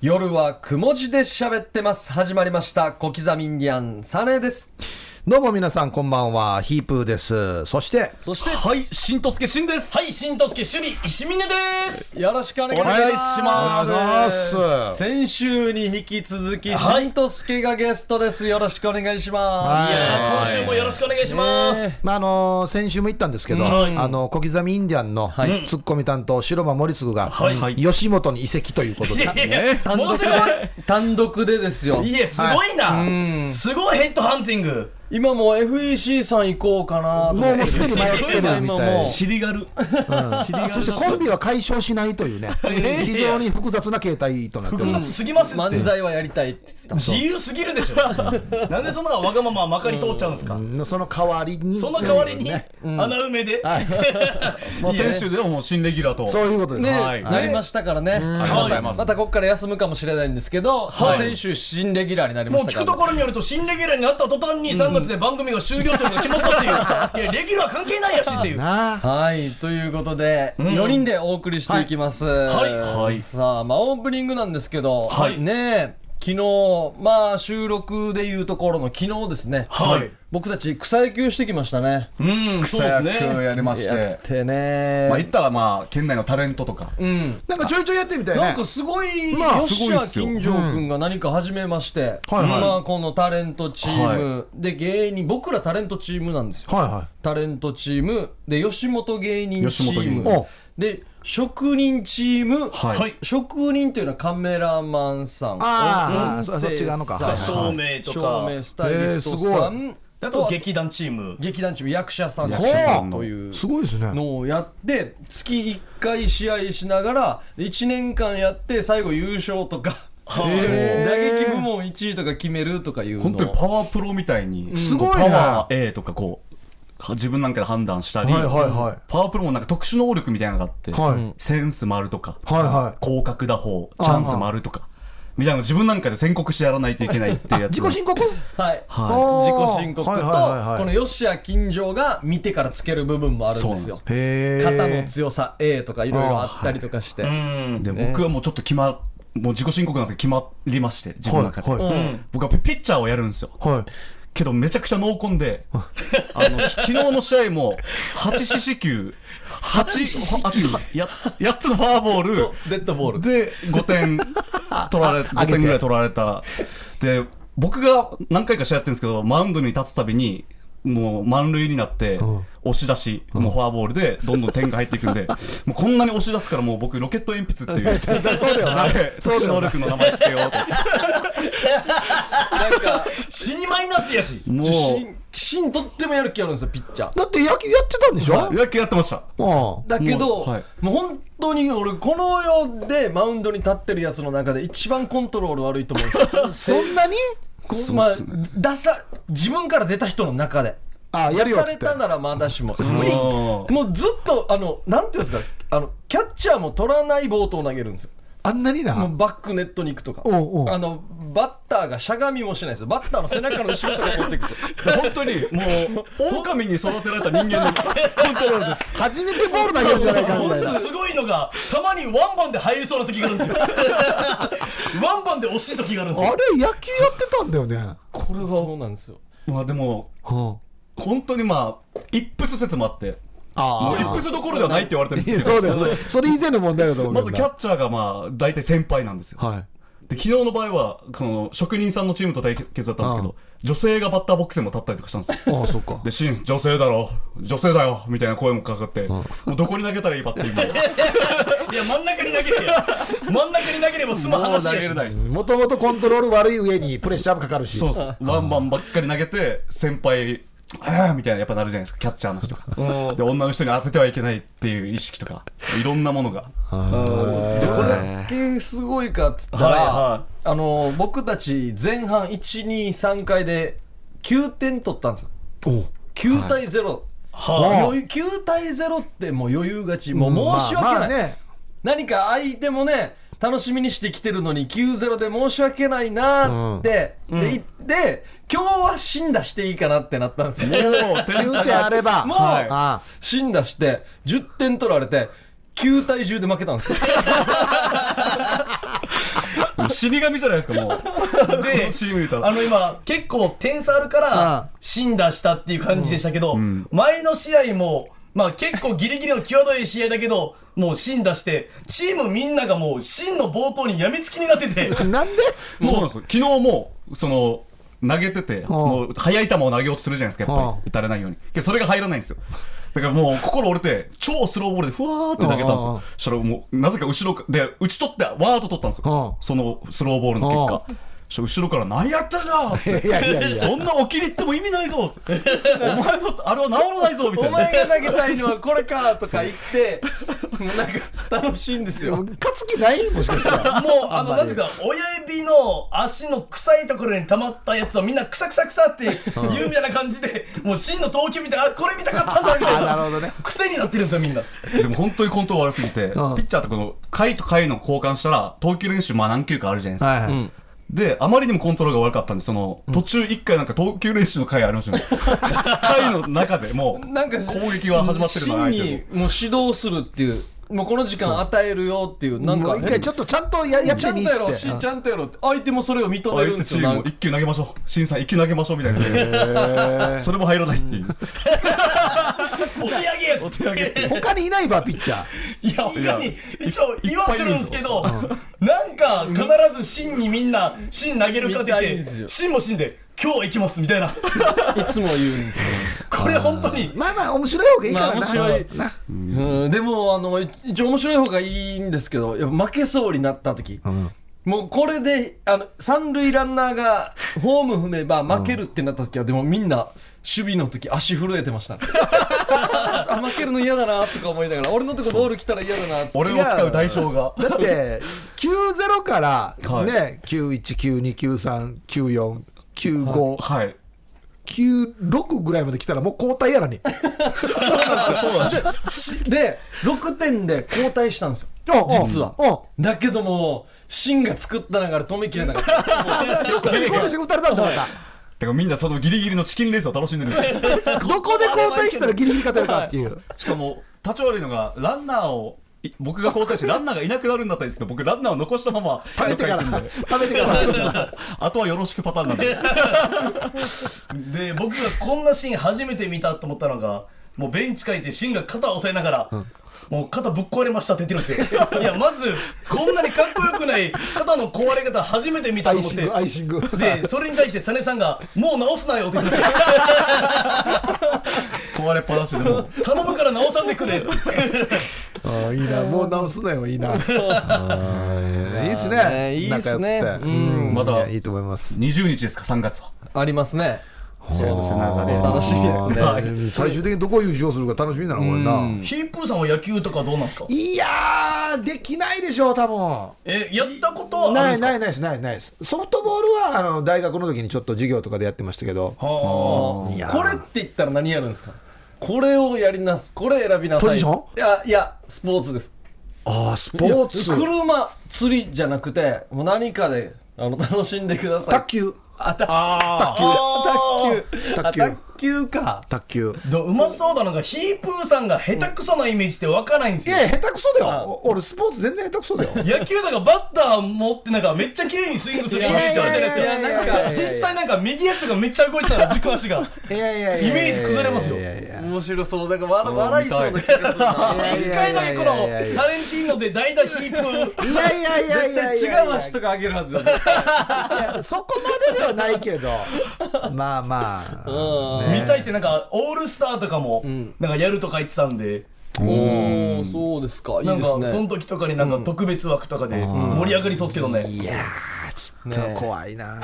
夜はくも字で喋ってます。始まりました。小刻みインディアン、サネです。どうも皆さんこんばんは、ヒープーです。そして、そして、はい、しんとすけしんです。はい、しんとすけしゅに、石峰です。よろしくお願いします。お願いしまお願いします先週に引き続き、はいしんとすけがゲストです。よろしくお願いしまはいいやー、今週もよろしくお願いします。まああのー先週も言ったんですけど、はいあの小刻みインディアンのいツッコミ担当、白間森次が、はいはい吉本に移籍ということで、いやいやす。単戻独ってでこ、単独でですよい。。いや、すごいな。すごいヘッドハンティング。今もう FEC さん行こうかなともう思もってうすでに迷ってるみたい今もうしリガル。そしてコンビは解消しないというね、非常に複雑な形態となっており複ます。雑すぎますって漫。才はやりたいって言ってた。自由すぎるでしょ。なんでそんなわがまままかり通っちゃうんですか。うんその代わりに、その代わりにね、穴埋めで。はいもう先週ではもう新レギュラーと。そういうことです。ね、はいなりましたからね、ありがとうございますまたここから休むかもしれないんですけど、はい先週、新レギュラーになりまもうしたから聞くね、ところによると、新レギュラーになった途端に3月で番組が終了というのが決まった っていう。いや、レギュラー関係ないやしっていう。なあはい、ということで、4人でお送りしていきます。いはいさあ、まあ、オープニングなんですけど、はいねえ、昨日、まあ、収録でいうところの昨日ですね、はい僕たち草野球してきましたね。うん、そうです草野球ね。やりまし。やっててね、まあ言ったらまあ県内のタレントとか。うん。なんかちょいちょいやってみたいね。なんかすごい、まあ吉すごい谷っすよ金城君が何か始めまして、はいはいまあこのタレントチーム、で芸人僕らタレントチームなんですよはいはタレントチームで吉本芸人チ吉ー本芸ム人で職人チーム、はいはい。職人というのはカメラマンさんあー音声そそっち側のかさんはいはい照明とか照明スタイリストさん、あと劇団チーム。劇団チーム役者さん役者さんというい。すごいですね。のをやって月1回試合しながら1年間やって最後優勝とか打 へー撃部門1位とか決めるとかいうの本当にパワープロみたいに。すごいねパワー A とかこう、は自分なんかで判断したり。はいはいはいパワープロもなんか特殊能力みたいなのがあって。はいセンスもあるとか。はいはい広角打法、チャンスもあるとか。みたいなのを自分なんかで宣告してやらないといけないっていうやつ。自己申告はいは自己申告と、はいはいはいはいこの吉谷金城が見てからつける部分もあるんですよそうへー肩の強さ A とかいろいろあったりとかして、うんい。。で、僕はもうちょっと決ま、もう自己申告なんですけど決まりまして、自分の中で。はいはうん。僕はピッチャーをやるんですよ。はいけどめちゃくちゃ濃紺で、あの、き昨日の試合も、8四死球、8四8つのフォアボール、デッドボールで、5点取られ、5点ぐらい取られた。で、僕が何回か試合やってるんですけど、マウンドに立つたびに、もう満塁になって、押し出し、もうフォアボールで、どんどん点が入っていくんで、もうこんなに押し出すからもう僕、ロケット鉛筆っていう、そうだよなはい特殊能力の名前つけようと。なんか死にマイナスやし。も自信芯とってもやる気あるんですよピッチャーだって野球やってたんでしょう、野球やってました。うんだけど、もうはいもう本当に俺この世でマウンドに立ってるやつの中で一番コントロール悪いと思うんですよ そんなにこうまあ、出さ自分から出た人の中であや出るよっさつっれてたならまだしももういももうずっとあのなんていうんですかあのキャッチャーも取らないボートを投げるんですよあんなになもうバックネットに行くとかおうおうあのバッターがしゃがみもしないですよバッターの背中の後ろとか取ってくるん ですよ本当にもう狼に育てられた人間のコントロールです初めてボール投げるんじゃないかみたいなすごいのが、たまにワンバンで入りそうな時があるんですよ。 ワンバンで惜しい時があるんですあよ。れ野球やってたんだよねこれがそうなんですよまあでもうん本当にまあイップス説もあってもうイップあスどころではないって言われてるんいでやすけそうどだよねそれ以前の問題だと思うまずキャッッチャーがまあ大体先輩なんですよはいで昨日の場合はその職人さんのチームと対決だったんですけど女性がバッターボックスにも立ったりとかしたんですよああそっかで、シン、女性だろ、女性だよ、みたいな声もかかって、もうどこに投げたらいいバッティン グいや、真ん中に投げてよ。 真ん中に投げれば済むもう話投げやしれ。ないです。もともとコントロール悪い上にプレッシャーもかかるしそうそう。ワンバンばっかり投げて、先輩、あーみたいな、やっぱなるじゃないですか、キャッチャーの人が。で、女の人に当ててはいけないっていう意識とか、いろんなものが。でこれだけすごいかっつったら、はいはあの僕たち前半123回で9点取ったんですよお9対0、はあ余裕9対0ってもう余裕勝ちもまうあ申し訳ない、まあね何か相手もね楽しみにしてきてるのに9-0で申し訳ないなーっつって、で行って今日は死んだしていいかなってなったんですよ9点あれば もう、はいあ死んだして10点取られて9対10で負けたんですよあもう死神じゃないですか、もう。でチームいたらあの今結構点差あるかああら進打したっていう感じでしたけど、ん前の試合もまあ結構ギリギリの際どい試合だけどもう進打してチームみんながもう進の冒頭にやみつきになっててなんでそうなんですよ。昨日も、その、投げてて、もう、速い球を投げようとするじゃないですか、やっはぱり。打たれないように。けどそれが入らないんですよ。だからもう、心折れて、超スローボールで、ふわーって投げたんですうんうんうんよ。そしたらもう、なぜか後ろかで、打ち取って、わーっと取ったんですよ。うそのスローボールの結果。そしたら後ろから、何やってんだーっいやいやいて。やそんなお気に入っても意味ないぞっつってお前の、あれは治らないぞみたおいな。前が投げたいのはこれかとか言って、もうなんか楽しいんですよ。勝つ気ないもしかしたら。もうあのなんていうか親指の足の臭いところに溜まったやつをみんなクサクサクサって言うみたいな感じでもう真の投球見てあこれ見たかったんだみたいあなるほなどね。癖になってるんですよみんな。でも本当にコントロール悪すぎて、ピッチャーとこの回と回の交換したら、投球練習、まあ何球かあるじゃないですか。はいはいんで、あまりにもコントロールが悪かったんで、その、途中一回なんか投球練習の回ありましたね。 回の中でもう、なんか攻撃は始まってるな、真相手にもう指導するっていう、もうこの時間与えるよっていう、なんもかう一回ちょっとちゃんとややってちゃんみとっやつろう、ってし。ちゃんとやろうって、相手もそれを認も。め相るんで手すチよ、ーなんムもか一球投げましょう。新さん一球投げましょうみたいな。へーそれも入らないっ ていう。お手上げやし。他にいないばピッチャー。いや他に一応言わせるんですけど、いなんか必ず芯にみんな芯投げるかって見たいん言っですよて芯も芯で今日は行きますみたいないつも言うんですよ。これ本当にまあまあ面白い方がいいかまあらな。面白い、うん、でもあのい一応面白い方がいいんですけどやっぱ負けそうになった時、もうこれであの三塁ランナーがホーム踏めば負けるってなった時は、でもみんな守備の時足震えて ました、ね、あ負けるの嫌だなとか思いながら俺のとこボール来たら嫌だなって俺を使う代償が。だって90からはいね919293949596はい。ぐらいまで来たらもう交代やの に。で6点で交代したんですよ実はうんだけども芯が作った中で止めきれなかったどこで交代して打たれたんだまてかみんなそのギリギリのチキンレースを楽しんでるんですよ。 たどこで交代したらギリギリ勝てるかっていう。しかも、立ち悪いのが、ランナーを、い僕が交代してランナーがいなくなるんだったらいいですけど、僕ランナーを残したまま、食べてからどっ行くんで 食べてから。あとはよろしくパターンなん で。で僕がこんなシーン初めて見たと思ったのがもうベンチ書いて芯が肩を押さえながら、もう肩ぶっ壊れましたって言ってるんですよいやまずこんなにかっこよくない肩の壊れ方初めて見たアとイ思っシてングアイシング。でそれに対してサネさんが「もう直すなよ」って言ってました壊れっぱなし でも。頼むから直さんでくれああいいなもう直すなよいい な。ああいいですね。いいですね仲良くてううんんまだいやいいと思います。 20日ですか、3月は。 ありますねそうですねね楽しみですね、あー最終的にどこを優勝するか楽しみだなこれな。ヒープーさんは野球とかどうなんですかいやーできないでしょう多えやったこと分。はあるんなでいすかないないですないないです。ソフトボールはあの大学の時にちょっと授業とかでやってましたけど。あはこれって言ったら何やるんですかこれをやりなすこれ選びなさいポジションいやいやスポーツですああスポーいツや。車釣りじゃなくてもう何かであの楽しんでください卓球あた卓球卓卓球球あ卓球か卓球。あどうまそうだなのがヒープーさんが下手くそなイメージって湧かないんですいよや下手くそだよ。俺スポーツ全然下手くそだよ。野球なんかバッター持ってなんかめっちゃ綺麗にスイングするイメージあるじゃないですかいやいやいやいやなんか実際なんか右足とかめっちゃ動いてたら軸足がいやいやいやいやいやイメージ崩れますよいやいやいや面白そうだから笑笑いそうな気がするいなやい一や回いだやけいこのタレンティーノで代打ヒープーやいやい絶や対い違やう足とかあげるはずよそこまでではないけどまあまあ見たいしてなんかオールスターとかもなんかやるとか言ってたんでおおそうですかいいなんでかすねその時とかになんか特別枠とかで盛り上がりそうですけどねいやーちょっと怖いな、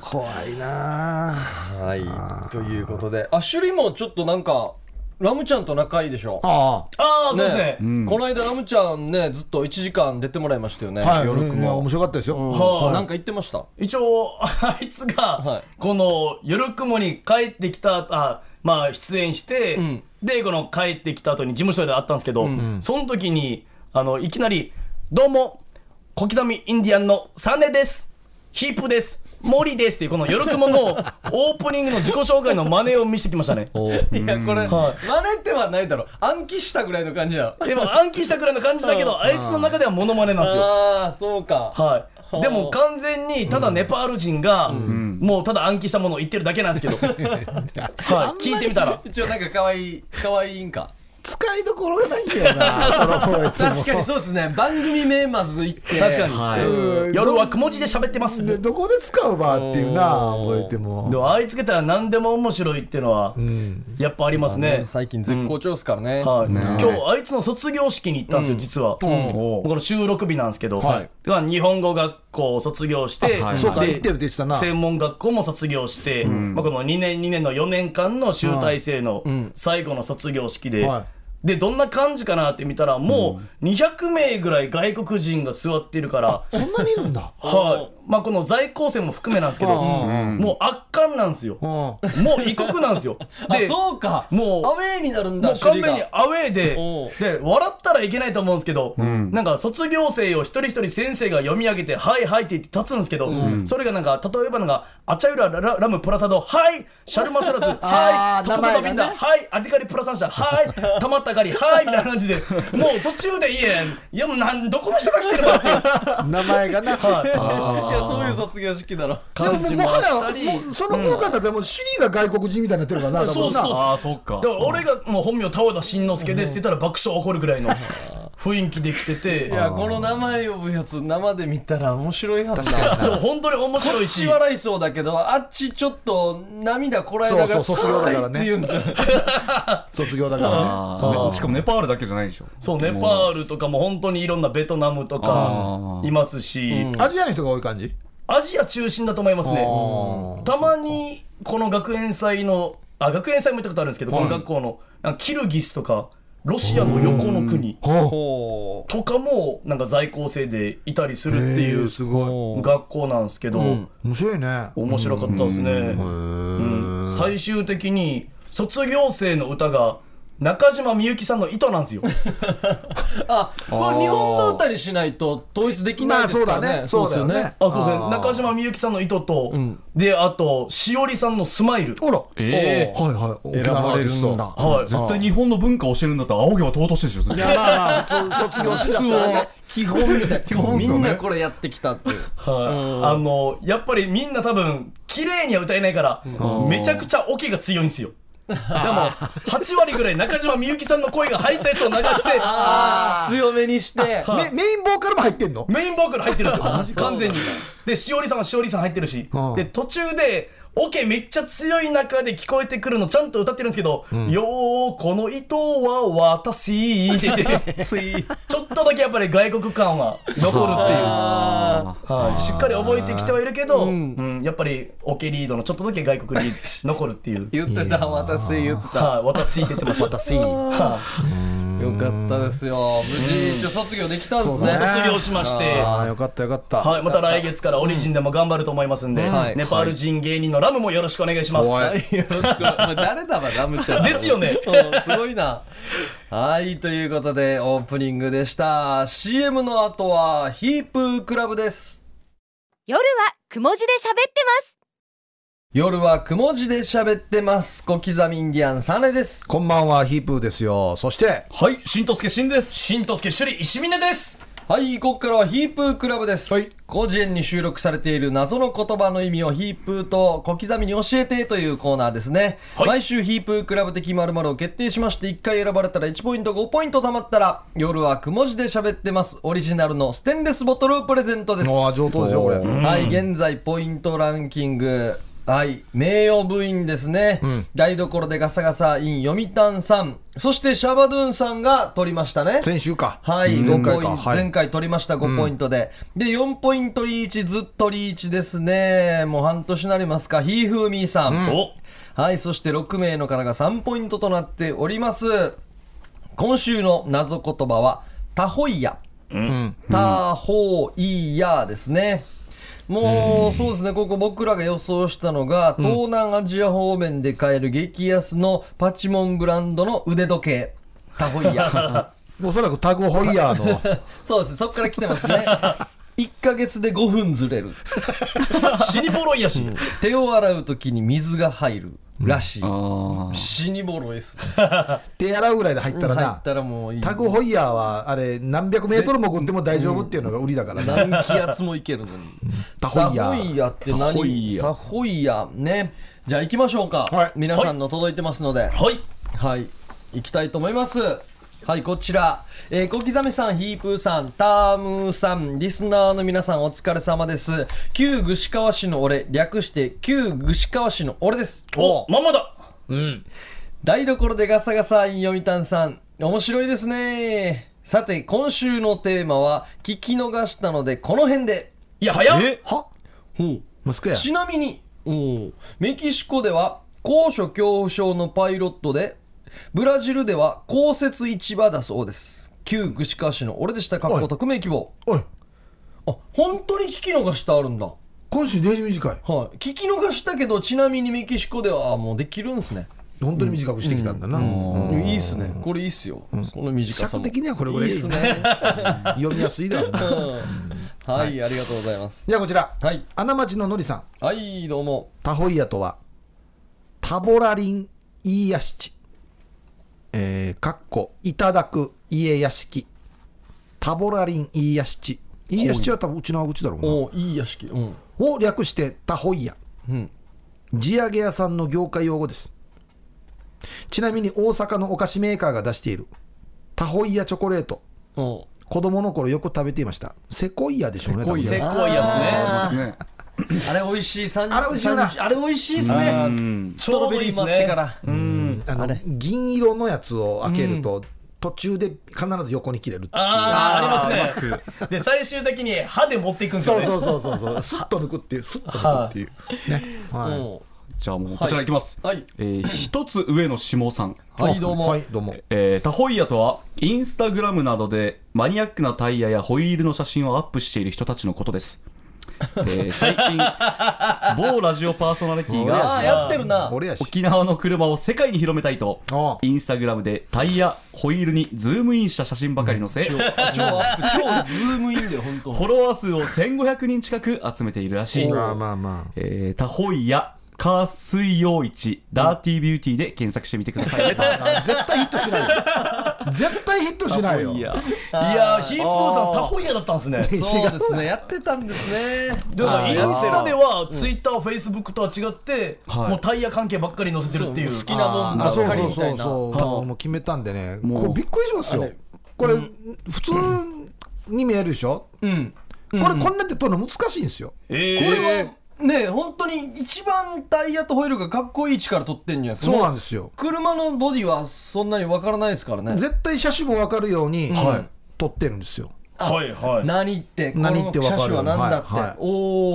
怖いなはいということであ趣里もちょっとなんかラムちゃんと仲いいでしょあああそうですねんこの間ラムちゃんねずっと1時間出てもらいましたよね、あはい夜いや面白かったですよ、はあいなんか言ってました一応あいつはがこの「夜雲」に帰ってきたあまあ出演して、んでこの帰ってきた後に事務所で会ったんですけど、その時にあのいきなり「どうも小刻みインディアンのサネです」ヒップです森ですっていうこのよろくも のオープニングの自己紹介の真似を見せてきましたねいやこれは真似てはないだろ暗記したぐらいの感じだでも暗記したくらいの感じだけどあいつの中ではモノマネなんですよああそうかはい、でも完全にただネパール人が、もうただ暗記したものを言ってるだけなんですけど、はい、聞いてみたら一応なんか可愛い可愛いんか使いどころがないんだよなその声確かにそうですね番組名まずいって確かに、うん夜はくも字で喋ってますででどこで使うばっていうな覚えてももあいつけたら何でも面白いっていうのは、やっぱありますね,、最近絶好調ですからね、はい、今日あいつの卒業式に行ったんですよ、実は、この収録日なんですけど、はいだから日本語学校を卒業して、あはいそうかで言ってるって言ってたな専門学校も卒業して、まあ、この2年2年の4年間の集大成の最後の卒業式で、はでどんな感じかなって見たらもう200名ぐらい外国人が座ってるから、そんなにいるんだはいまあ、この在校生も含めなんですけど、もう圧巻なんですよ、うんもう異国なん ですよあでそうかもうアウェーになるんもだう完首が全にアウェーでおうで笑ったらいけないと思うんですけど、なんか卒業生を一人一人先生が読み上げて「はいはい」って言って立つんですけど、それがなんか例えばなんか「アチャウラララムプラサドはいシャルマサラズはあいーソコタビ名前ンがダねはいアティカリプラサンシャはいタマタカリはい」みたいな感じでもう途中でいえいやもうなんどこの人が来てるかっていう名前がなはいいやそういう卒業式だろでももうもはやもうその効果だったらもう主義が外国人みたいになってるからなそ多うそう分なああ、そっかだか。ら俺がもう本名田和田慎之介ですって言ったら爆笑起こるぐらいの雰囲気できてて。いやこの名前呼ぶやつ生で見たら面白いはずいだやでも本当に面白い血し、笑いそうだけどあっちちょっと涙こらえながらそうそう卒業だからねはいって言うんですよ卒業だからねあーねしかもネパールだけじゃないでしょ。そうネもパールとかも本当にいろんなベトナムとかあーいますし、アジアの人が多い感じアジア中心だと思いますね。たまにこの学園祭のあ学園祭も行ったことあるんですけど、この学校のなんかキルギスとかロシアの横の国ほとかもなんか在校生でいたりするっていへうーすごい学校なんですけど、面白いね面白かったですね。うん最終的に卒業生の歌が中島みゆきさんの糸なんですよ。うあこれ日本の歌にしないと統一できないですからね,、まあそうだねですよねあそうですあねー中島みゆきさんの糸と、んであとしおりさんのスマイルあらええおはいはい沖選ばれるんだ縄アーティストだはい絶対日本の文化を教えるんだったら仰げば尊しいでしょ。絶い対やまあまあ普通卒業式だったらね 基本みたいな基本っすみよねんなこれやってきたっていうはいあのやっぱりみんな多分綺麗には歌えないから、めちゃくちゃオケが強いんですよでも8割ぐらい中島みゆきさんの声が入ったやつを流して強めにしてメメインボーカルも入ってんのメインボーカル入ってるんですよ完全にでしおりさんはしおりさん入ってるし、うんで途中でオケめっちゃ強い中で聞こえてくるのちゃんと歌ってるんですけど「よーこの糸は私」って言ってちょっとだけやっぱり外国感は残るっていう、あ。はい、しっかり覚えてきてはいるけど、うんやっぱりオケリードのちょっとだけ外国に残るっていう言ってた私言ってたはい、私って言ってました。私そはいよかったですよ無事一応卒業できたんですそうだねね卒業しまして、ああよかったよかったはい、また来月からオリジンでも頑張ると思いますんで、はいネパール人芸人のラムもよろしくお願いします。はいはい よろしくお願いお前誰だわラムちゃんですよねうんすごいなはいということでオープニングでした CM の後はヒープークラブです夜はくも字で喋ってます夜はくも字で喋ってます小刻みインディアンサネですこんばんはヒープーですよそしてはい、新とすけ新です。新藤助首里石峰です。はいここからはヒープークラブです、はい広辞苑に収録されている謎の言葉の意味をヒープーと小刻みに教えてというコーナーですね、はい毎週ヒープークラブ的〇〇を決定しまして1回選ばれたら1ポイント5ポイント貯まったら夜はくも字で喋ってますオリジナルのステンレスボトルをプレゼントですああ上等ですよこれはい、現在ポイントランキング。はい、名誉部員ですね、台所でガサガサイン読谷さんそしてシャバドゥンさんが取りましたね先週かはい、前5回ポインかトはい前回取りました5ポイントで、で4ポイントリーチずっとリーチですねもう半年になりますかひーふーみーさん、お、はいそして6名の方が3ポイントとなっております今週の謎言葉はタホイヤうんタホイヤですね。もうそうですね、ここ僕らが予想したのが、東南アジア方面で買える激安のパチモンブランドの腕時計。タホイヤ。 おそらくタグホイヤーの そうですね、そこから来てますね。 1ヶ月で5分ずれる 死にボロいやし。手を洗う時に水が入るらしい、ああ。死にボロいっすね手洗うぐらいで入ったら入なったらもういいタグホイヤーはあれ何百メートル潜っても大丈夫っていうのが売りだからな何気圧もいけるのにタホイヤタホイーヤって何タホイヤタホイヤねじゃあ行きましょうか、はい皆さんの届いてますのではい。はい、行きたいと思います。はい、こちら、えー小刻みさん、ヒープーさん、タームーさん、リスナーの皆さん、お疲れ様です。旧串川市の俺、略して旧串川市の俺です。お、まんまだ。台所でガサガサイン読谷さん面白いですねさて今週のテーマは聞き逃したのでこの辺でいや、早っ。は息子やちなみにメキシコでは高所恐怖症のパイロットでブラジルでは公設市場だそうです旧串川市の俺でしたかっはこい匿名希望おいあ本当に聞き逃したあるんだ今週デージ短いはい、聞き逃したけどちなみにメキシコではあもうできるんすね、本当に短くしてきたんだな、いいっすねこれいいっすよ、この短さも尺的にはこれぐらいいいっすね 読みやすいだろうなうんはい、ありがとうございます。じゃあこちらはい、穴町ののりさんはい、どうも。タホイヤとはタボラリンイーヤシチえー、かっこいただく家屋敷タボラリンイーヤシチイーヤシチは多分うちのうちだろうなおーいい屋敷。うん。を略してタホイヤ、ん地上げ屋さんの業界用語ですちなみに大阪のお菓子メーカーが出しているタホイヤチョコレートお子供の頃よく食べていましたセコイヤでしょうねコイヤせ多分ねこいやすね。ですね。あれ美味しい。三あれ美味しいよな三あれ美味しいですうね。ん。ストロベリーもあってから。うん。あの銀色のやつを開けると、途中で必ず横に切れるっていうあーありますね。で最終的に歯で持っていくんですよそうね。そうそうそうそうスッと抜くっていうスッと抜くっていうねはい、おじゃあもうこちらいきます。はいえー一つ上の下さん。ーはい、どうも。はいどうもえータホイヤとはインスタグラムなどでマニアックなタイヤやホイールの写真をアップしている人たちのことです、えー最近某ラジオパーソナリティあがあ、やってるな。俺やし沖縄の車を世界に広めたいとああインスタグラムでタイヤホイールにズームインした写真ばかり載せ、フ超アップ、超ズームインだよ、本当。 ォロワー数を1500人近く集めているらしい、まあまあまあえータホイヤカー水曜市ダーティービューティーで検索してみてくださいねとあ絶対ヒットしないよ絶対ヒットしないよいやいやーヒープーさんタホイヤだったん ですね。そうですね、やってたんですね。だからインあースタではツイッター、フェイスブックとは違って、はいもうタイヤ関係ばっかり載せてるっていう。そう好きなもんあばそうっかりそうみたそいうな。そうは多分もう決めたんでねもうこれびっくりしますよこれ普通に見えるでしょこうん。れこんなって撮るの難しいんですよえこーれは、ね、本当に一番タイヤとホイールがかっこいい位置から取ってんじゃないですか。そうなんですよ車のボディはそんなにわからないですからね。絶対車種も分かるようにはい撮ってるんですよはいはい。何言って、こ何言のってわ車かる種は何だって。はいはいお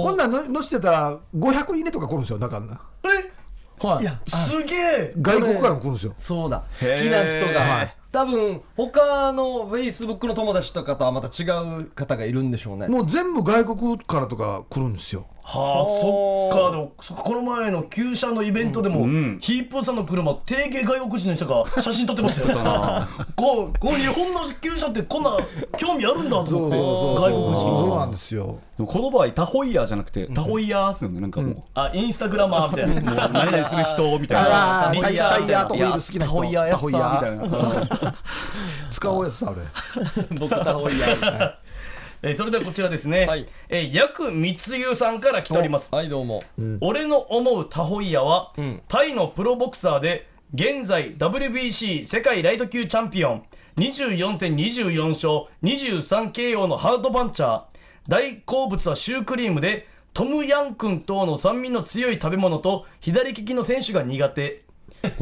こんお。なんの載せてたら500いいねとか来るんですよだからはいいや、すげえ。外国からも来るんですよそうだ。好きな人が。はい多分他のフェイスブックの友達とかとはまた違う方がいるんでしょうね。もう全部外国からとか来るんですよはあ、そっか。でもそこの前の旧車のイベントでも、ヒープーさんの車、定型外国人の人が写真撮ってましたよ。 こう、こう日本の旧車ってこんな興味あるんだと思って、外国人。そうなんですよでもこの場合タホイヤーじゃなくてタホイヤーっすよねなんかもう、あ、インスタグラマーみたいな。 もう何々する人みたいな。あーあタイヤタイヤとホイール好きな人タホイヤーやタっさホイみヤたいな。使おうやつさあ れ僕タホイヤー。えーそれではこちらですね。はいえー、薬光優さんから来ております。はい、どうも。俺の思うタホイヤは、んタイのプロボクサーで現在 WBC 世界ライト級チャンピオン24戦24勝 23KO のハードパンチャー大好物はシュークリームでトムヤン君等の酸味の強い食べ物と左利きの選手が 苦手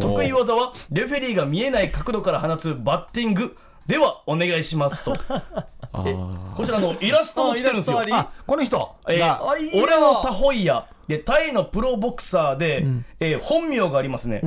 得意技はレフェリーが見えない角度から放つバッティングではお願いしま すとえこちらのイラストも来てるんですよあイラストありあこの人えーがあいいよ俺のタホイヤでタイのプロボクサーで、えー本名がありますね、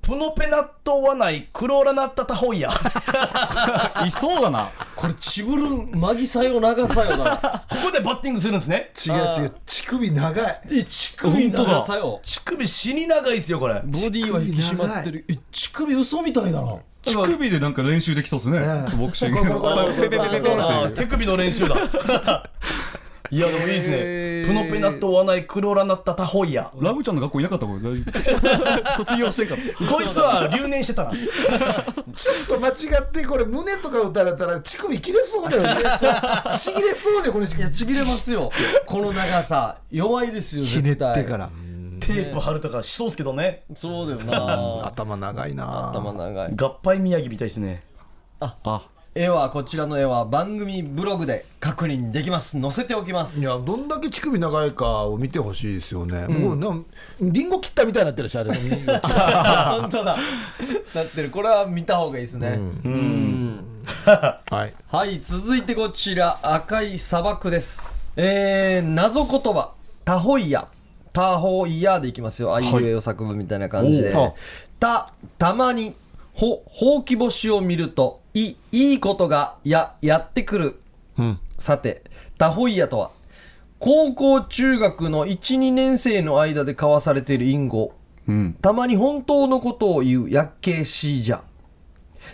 プノペナットはないクローラナッタタホイヤこいそうだな。これチブルンマギサヨ長さよな。こでバッティングするんですね違う違う乳首長いえ乳首長さよ。乳首死に長いですよこれボディは引き締まってる。え乳首嘘みたいだな。乳首でなんか 練習できそうですね。ボクシング。ペペペペペペあー手首の練習だいやでもいいですへねープノペナット追わないクローラナッタタホイヤラムちゃんの学校いなかったもん大丈 夫卒業してんかったこいつは留年してたなちょっと間違ってこれ胸とか打たれたら乳首切れそうだよ ねちぎれそうでこれいやちぎれますよこの長さ弱いですよひねっ絶対てから テープ貼るとかしそうですけどねそうだよな頭長いな頭長い合杯宮城みたいですねあ絵はこちらの絵は番組ブログで確認できます載せておきますいやどんだけ乳首長いかを見てほしいですよね、もうなんリンゴ切ったみたいになってるしあれ本当だなってるこれは見た方がいいですね、はいはい続いてこちら赤い砂漠ですえー、謎言葉タホイヤタホイヤでいきますよあいうえお作文みたいな感じで、おうあたたまにほほうき星を見るといいいことがややってくる、さてタホイヤとは高校中学の12年生の間で交わされている隠語うんたまに本当のことを言うやっけーしーじゃ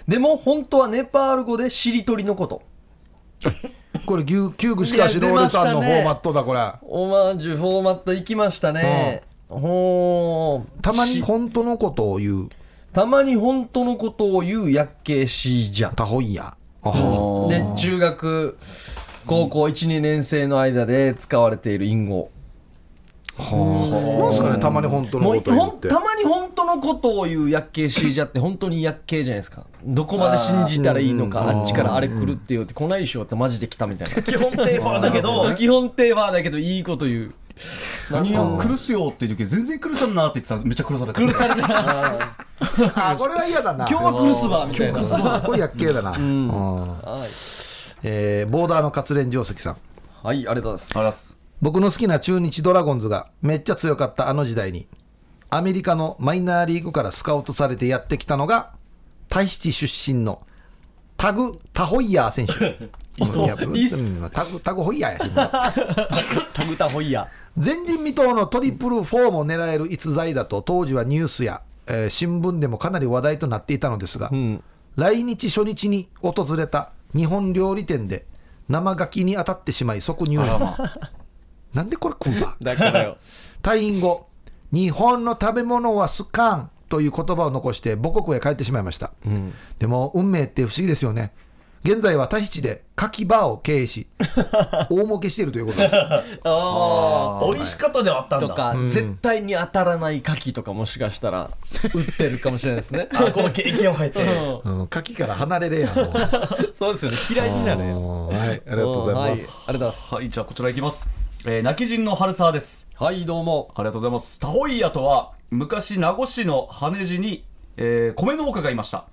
でも本当はネパール語でしりとりのことこれ牛キューグしかしロールさんのいや出ましたフねォーマットだこれオマージュフォーマットいきましたねほーたまにし本当のことを言うたまに本当のことを言うやっけーしーじゃタホイヤで中学高校12年生の間で使われている隠語なんすかねたまに本当のもうことを言ほうんってたまに本当のことを言うやっけーしーじゃって本当にやっけーじゃないですかどこまで信じたらいいのかあっちからあれ来るってよってこないでしょってマジで来たみた いな基本テーファーだけ ど基本テーマだけどいいこと言う何を苦すよって言うけど全然苦さんなって言ってたらめっちゃ苦されたされた今 あこれは嫌だな日はクルス バーみたいなこれやっけえだな、うんはいえーボーダーの活連定石さんはいありがとうございますあらす僕の好きな中日ドラゴンズがめっちゃ強かったあの時代にアメリカのマイナーリーグからスカウトされてやってきたのがタヒチ出身のタグ・タホイヤー 選手そういやいいっすうんタグタグホイヤーやタグタホイヤ前人未到のトリプル4も狙える逸材だと当時はニュースや、えー新聞でもかなり話題となっていたのですが、来日初日に訪れた日本料理店で生ガキに当たってしまい即入院なんでこれ食うわだから よ退院後、日本の食べ物はスカンという言葉を残して母国へ帰ってしまいました。でも運命って不思議ですよね。現在はタヒチでカキバーを経営し、大儲けしているということです。あ美味しかったではあったあんとだか絶対に当たらないカキとかもしかしたら売ってるかもしれないです ねあこの経験を経てううん、カキから離れれやもうんそうですよね嫌いになるよはい、ありがとうございまんはす。ありがとうございますはいじゃあこちらいきます、えー、泣き人の春沢ですはいどうもありがとうございます。タホイヤとは昔名護市の羽地に、えー米農家がいました、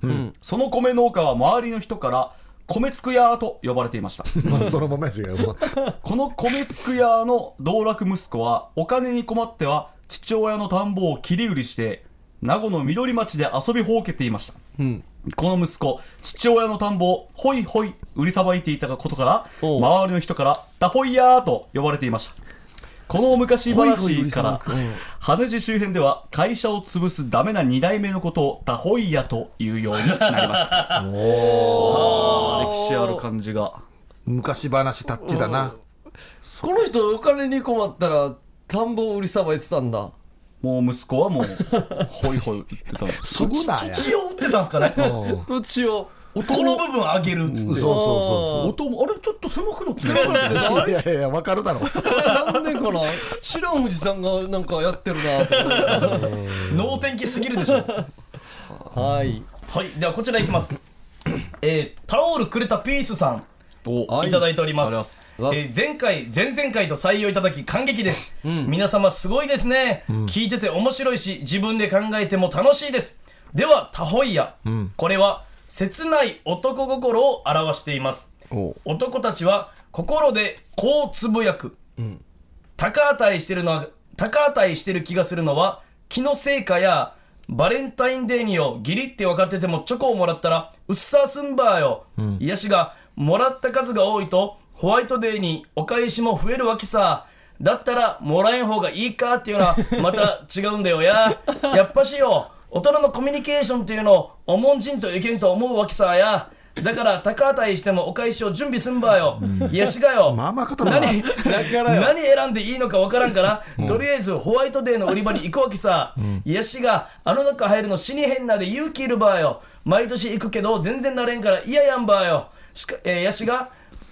その米農家は周りの人から米つくやーと呼ばれていました まあ、そのままやしが、まあこの米つくやーの道楽息子はお金に困っては父親の田んぼを切り売りして名護の緑町で遊びほうけていました、この息子父親の田んぼをホイホイ売りさばいていたことからおう周りの人からタホイヤーと呼ばれていましたこの昔話から羽地周辺では会社を潰すダメな2代目のことをタホイヤというようになりましたお歴史ある感じが昔話タッチだな。この人お金に困ったら田んぼを売りさばいてたんだもう息子はもうホイホイ言ってたのすぐなや。土地を売ってたんですかねこ土地をの部分上げるっつってそうそ音もあれちょっと狭くなってるうそうそう。いやいやいや、わかるだろう。なんでかな知らんおじさんがなんかやってるなと思って能天気すぎる でしょ はいはいではこちらいきます えータオルくれたピースさんはいいただいておりまあす,、りがとうございますありがとうございえー前回前々回と採用いただき感激です、皆様すごいですね、聞いてて面白いし自分で考えても楽しいですではタホイヤ、これは切ない男心を表しています男たちは心でこうつぶやく、高値してるのは高値してる気がするのは気のせいかやバレンタインデーによギリって分かっててもチョコをもらったらうっさーすんばーよ、癒やしがもらった数が多いとホワイトデーにお返しも増えるわけさだったらもらえん方がいいかっていうのはまた違うんだよややっぱしよ大人のコミュニケーションっていうのを重んじんといけんと思うわけさやだから高値してもお返しを準備すんばよ、癒やしがよ、まあまあ肩何だ何選んでいいのかわから んから、とりあえずホワイトデーの売り場に行くわけさ、癒やしがあの中入るの死に変なで勇気いるばよ毎年行くけど全然なれんから嫌やんばよしか、えー、癒やしが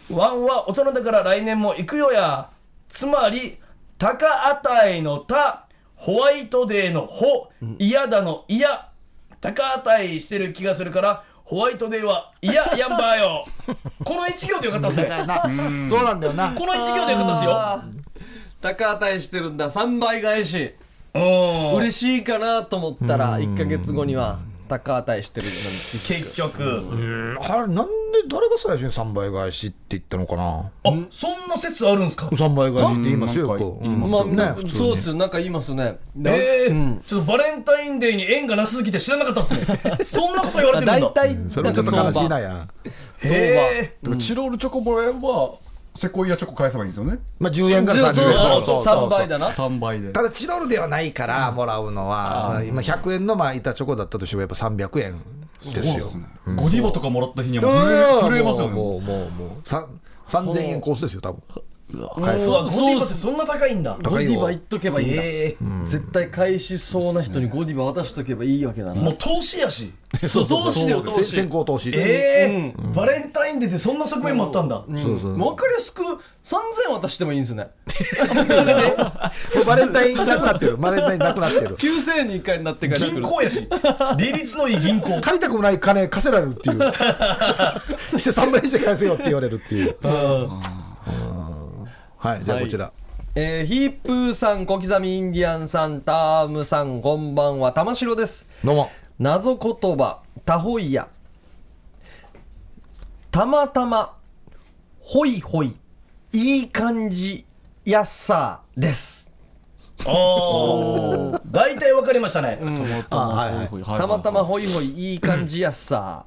ワンは大人だから来年も行くよやつまり高値のたホワイトデーのほ嫌だの嫌高値してる気がするからホワイトデーは嫌やん ばよこの一行でよかったっすねなそうなんだよなこの一行でよかったっすよ高値してるんだ3倍返しうん嬉しいかなと思ったら1か月後には高値してるの結局、あれなんで誰が最初に3倍返しって言ったのかなあそんな説あるんですか3倍返しって言いますようんよくなんか言いますまあ、うんねね、普通にそうっすよなんか言いますよねえーうんちょっとバレンタインデーに縁がなさすぎて知らなかったっすねそんなこと言われてるんだ大体それもちょっと悲しいななんかや相場へでもチロルチョコもらえばセコイアチョコ返せばいいんですよねまあ10円から30円そうそうそう3倍だな3倍でただチロルではないからもらうのは、まあ今100円のまあ板チョコだったとしてもやっぱ300円ですよそうねゴディバとかもらった日にはもう震え震えますよねもうもうもうもうさん3000円コースですよ多分返すうのわゴディバってそんな高いんだゴディバ行っとけばいいんだ、ええ絶対返しそうな人にゴディバ渡しとけばいいわけだな、もう投資やしそう投資だよ投先資先行投資ええバレンタインデーでそんな側面もあったんだ、そうそう分かりやすく3000渡してもいいんですねもうバレンタインなくなってるバレンタインなくなって る9000円に1回になってから銀行やし利率のいい銀行借りたくもない金貸せられるっていうそして3倍にして返せよって言われるっていううんはいじゃあこちら、えーヒープーさん小刻みインディアンさんタームさんこんばんは玉城ですどうも謎言葉タホイヤたまたまホイホイいい感じやっさーですおー大体わかりましたね、あはいはいたまたまホイホイいい感じやっさ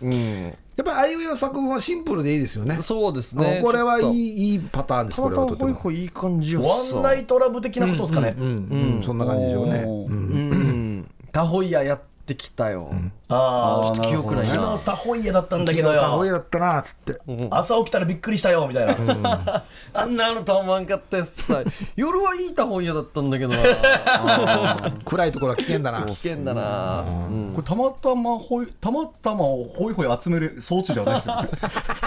ーうんやっぱりあいうえお作文はシンプルでいいですよねそうですねうんこれはいちょっいいいパターンでとたすこまれたはまとてホイもホイいい感じやっさワーンナイトラブ的なことですかね、うんうんそんな感じでしょうねうんうんタホイヤやってきたよ、ああちょっと記憶ない昨な日タホイヤだったんだけ昨ど日タホイよヤだったなっつって朝起きたらびっくりしたよみたいな、あんなのとは思わんかったやつさ夜はいいタホイヤだったんだけどな暗いところは危険だな危険だな、うんこれたまたまほいたまたまをホイホイ集める装置 ではないですよね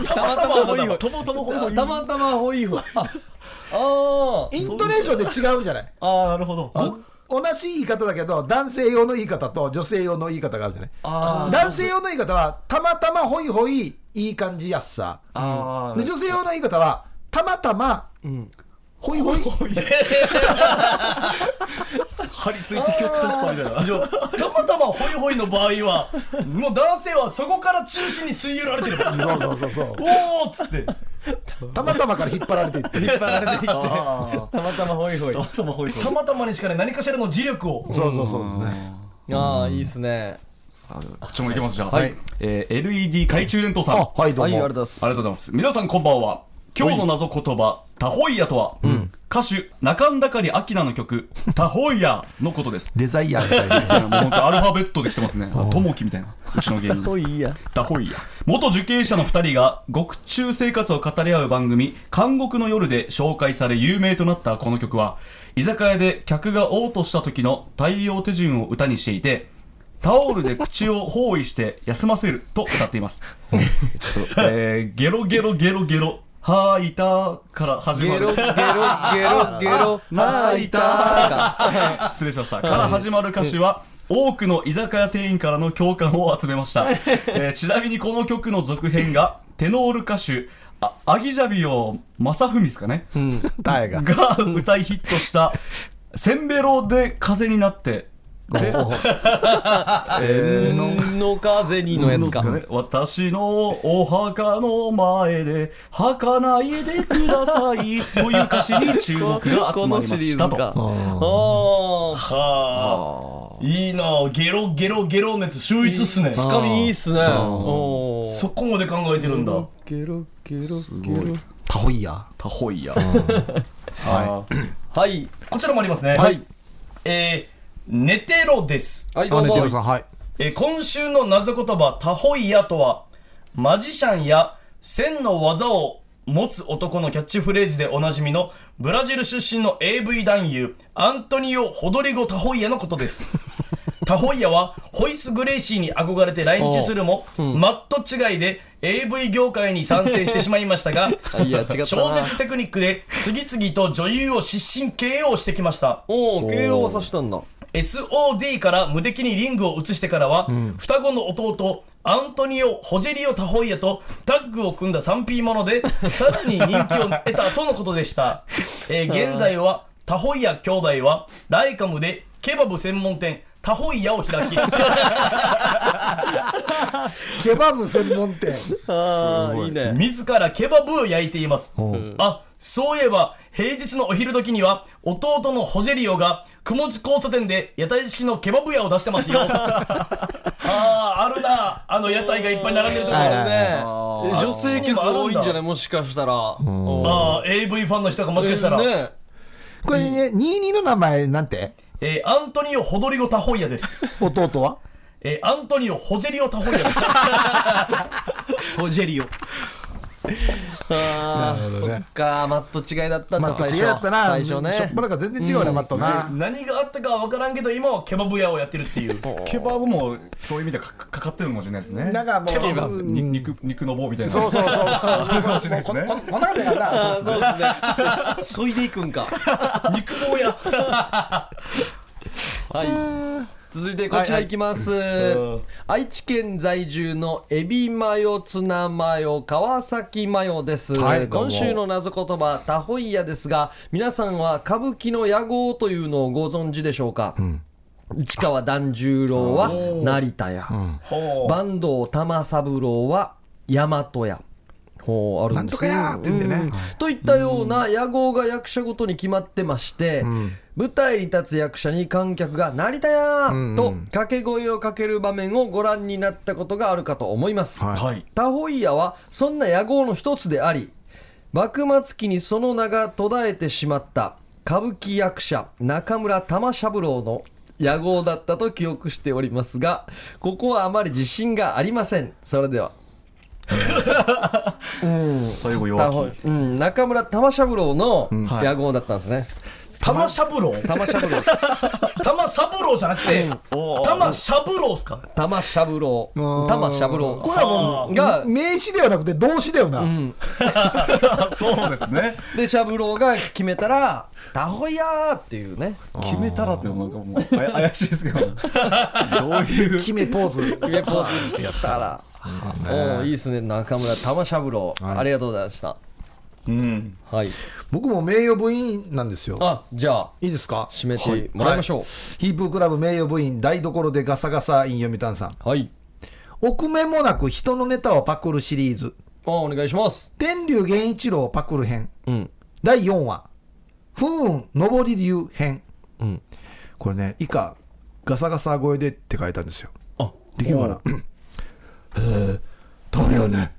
たまたまホイホイともともホイホ イたまたまホイホイああーイントネーションで違うんじゃないああなるほど同じ言い方だけど男性用の言い方と女性用の言い方があるじゃない男性用の言い方はたまたまホイホイいい感じやっさあで女性用の言い方はたまたまホイホイ張り付いてきよったさみたいなじゃあたまたまホイホイの場合はもう男性はそこから中心に吸い寄られてるからそうそうそうそうおおっつってたまたまから引っ張られていってたまたまホイホイたまホイホイたまたまにしかね何かしらの磁力をそうそうそうですねああいいっすねこっちもいきますじゃあ、はいえー LED 懐中電灯さん、あはいどうはいありがとうございもますありがとうございます皆さんこんばんは今日の謎言葉「タホイヤ」とは、歌手中んだかり明菜の曲「タホイヤ」のことですデザイアーみたいいなやもう本当アルファベットで来てますねともきみたいなうちの芸人ホイヤダホイヤ元受刑者の2人が獄中生活を語り合う番組「監獄の夜」で紹介され有名となったこの曲は居酒屋で客が嘔吐した時の対応手順を歌にしていてタオルで口を包囲して休ませると歌っています ちょっと、 えーゲロゲロゲロゲロ吐いたから始まゲるロゲロゲロゲロ泣いたか失礼しました。から始まる歌詞は、多くの居酒屋店員からの共感を集めました。えーちなみにこの曲の続編が、テノール歌手、あアギジャビオ正文ですかね、タイがが歌いヒットした、せんべろで風になって、で、天の風にのやつかですね私のお墓の前で吐かないでくださいという歌詞に注目が集まりましたと。ああはあいいなあゲロゲロゲロ熱秀逸っすねつかみいいっすねおーそこまで考えてるんだゲロゲロゲロタホイヤータホイヤ。はいはいこちらもありますねはいえー寝てろですはいどあうねてるさもんはいえー今週の謎言葉「タホイヤ」とはマジシャンや千の技を持つ男のキャッチフレーズでおなじみのブラジル出身の AV 男優アントニオ・ホドリゴ・タホイヤのことです タホイヤはホイス・グレイシーに憧れて来日するも、マット違いで AV 業界に参戦してしまいました がいや違ったな超絶テクニックで次々と女優を失神 KO してきましたおお KO はさしたんだ SOD から無敵にリングを移してからは、双子の弟アントニオ・ホジェリオ・タホイヤとタッグを組んだ 3P ものでさらに人気を得たとのことでした、えー現在はタホイヤ兄弟はライカムでケバブ専門店タホイヤを開きケバブ専門店。ああいいね 自らケバブを焼いていますあそういえば平日のお昼時には弟のホジェリオが雲地交差点で屋台式のケバブ屋を出してますよ ああーあるなあの屋台がいっぱい並んでるとこあろるね女性客多いんじゃないもしかしたらあああ AV ファンの人がもしかしたら、ね これね、22の名前なんてえーアントニオ・ホドリゴ・タホイヤです、弟はえーアントニオ・ホジェリオ・タホイヤ ですホジェリオ。あなるーほどそねっかマット違いだったんまだあ、最違初いだったな。最初しょっねぱなから全然違うね、マットな。何があったかは分からんけど今はケバブ屋をやってるっていうケバブもそういう意味でかかかってるのかもしれないですね。なんかもうケバブ、にうん肉肉の棒みたいな。そうそうそう。うかもしれないですねこここんな感じだからな。そうですね そいでいくんか肉 棒屋はい続いてこちらいきます、愛知県在住のエビマヨツナマヨ川崎マヨです、はいどうも今週の謎言葉タホイヤですが皆さんは歌舞伎の野号というのをご存知でしょうか、市川團十郎は成田や、ほう坂東玉三郎は大和やほうあるんですねなんとかやーって言うんだようねんといったような野号が役者ごとに決まってまして、舞台に立つ役者に観客が「成田やうんー!」うんと掛け声をかける場面をご覧になったことがあるかと思います、はいはい。タホイヤはそんな野号の一つであり幕末期にその名が途絶えてしまった歌舞伎役者中村玉三郎の野号だったと記憶しておりますがここはあまり自信がありませんそれでは最後タ弱ホイ気。うん、中村玉三郎のはい野号だったんですね、玉しゃぶろう玉 三郎です玉三郎じゃなくて玉しゃぶろうっすか玉三郎ー玉三郎これはもう、が名詞ではなくて動詞だよな。 そうですね。で三郎が決めたら「タホイヤー!」っていうね決めたらってなんかもうあや怪しいですけど。どういう。決めポーズ。決めポーズやったらおおいいですね中村玉三郎、はいありがとうございましたうんはい僕も名誉部員なんですよ。あじゃあいいですか締めてもらいましょうヒープークラブ名誉部員台所でガサガサイン読谷さんはい、臆面もなく人のネタをパクるシリーズあお願いします天竜源一郎パクる編うん第4話不運上り流編うんこれね以下ガサガサ声でって書いたんですよあできるかなうんえー食べよね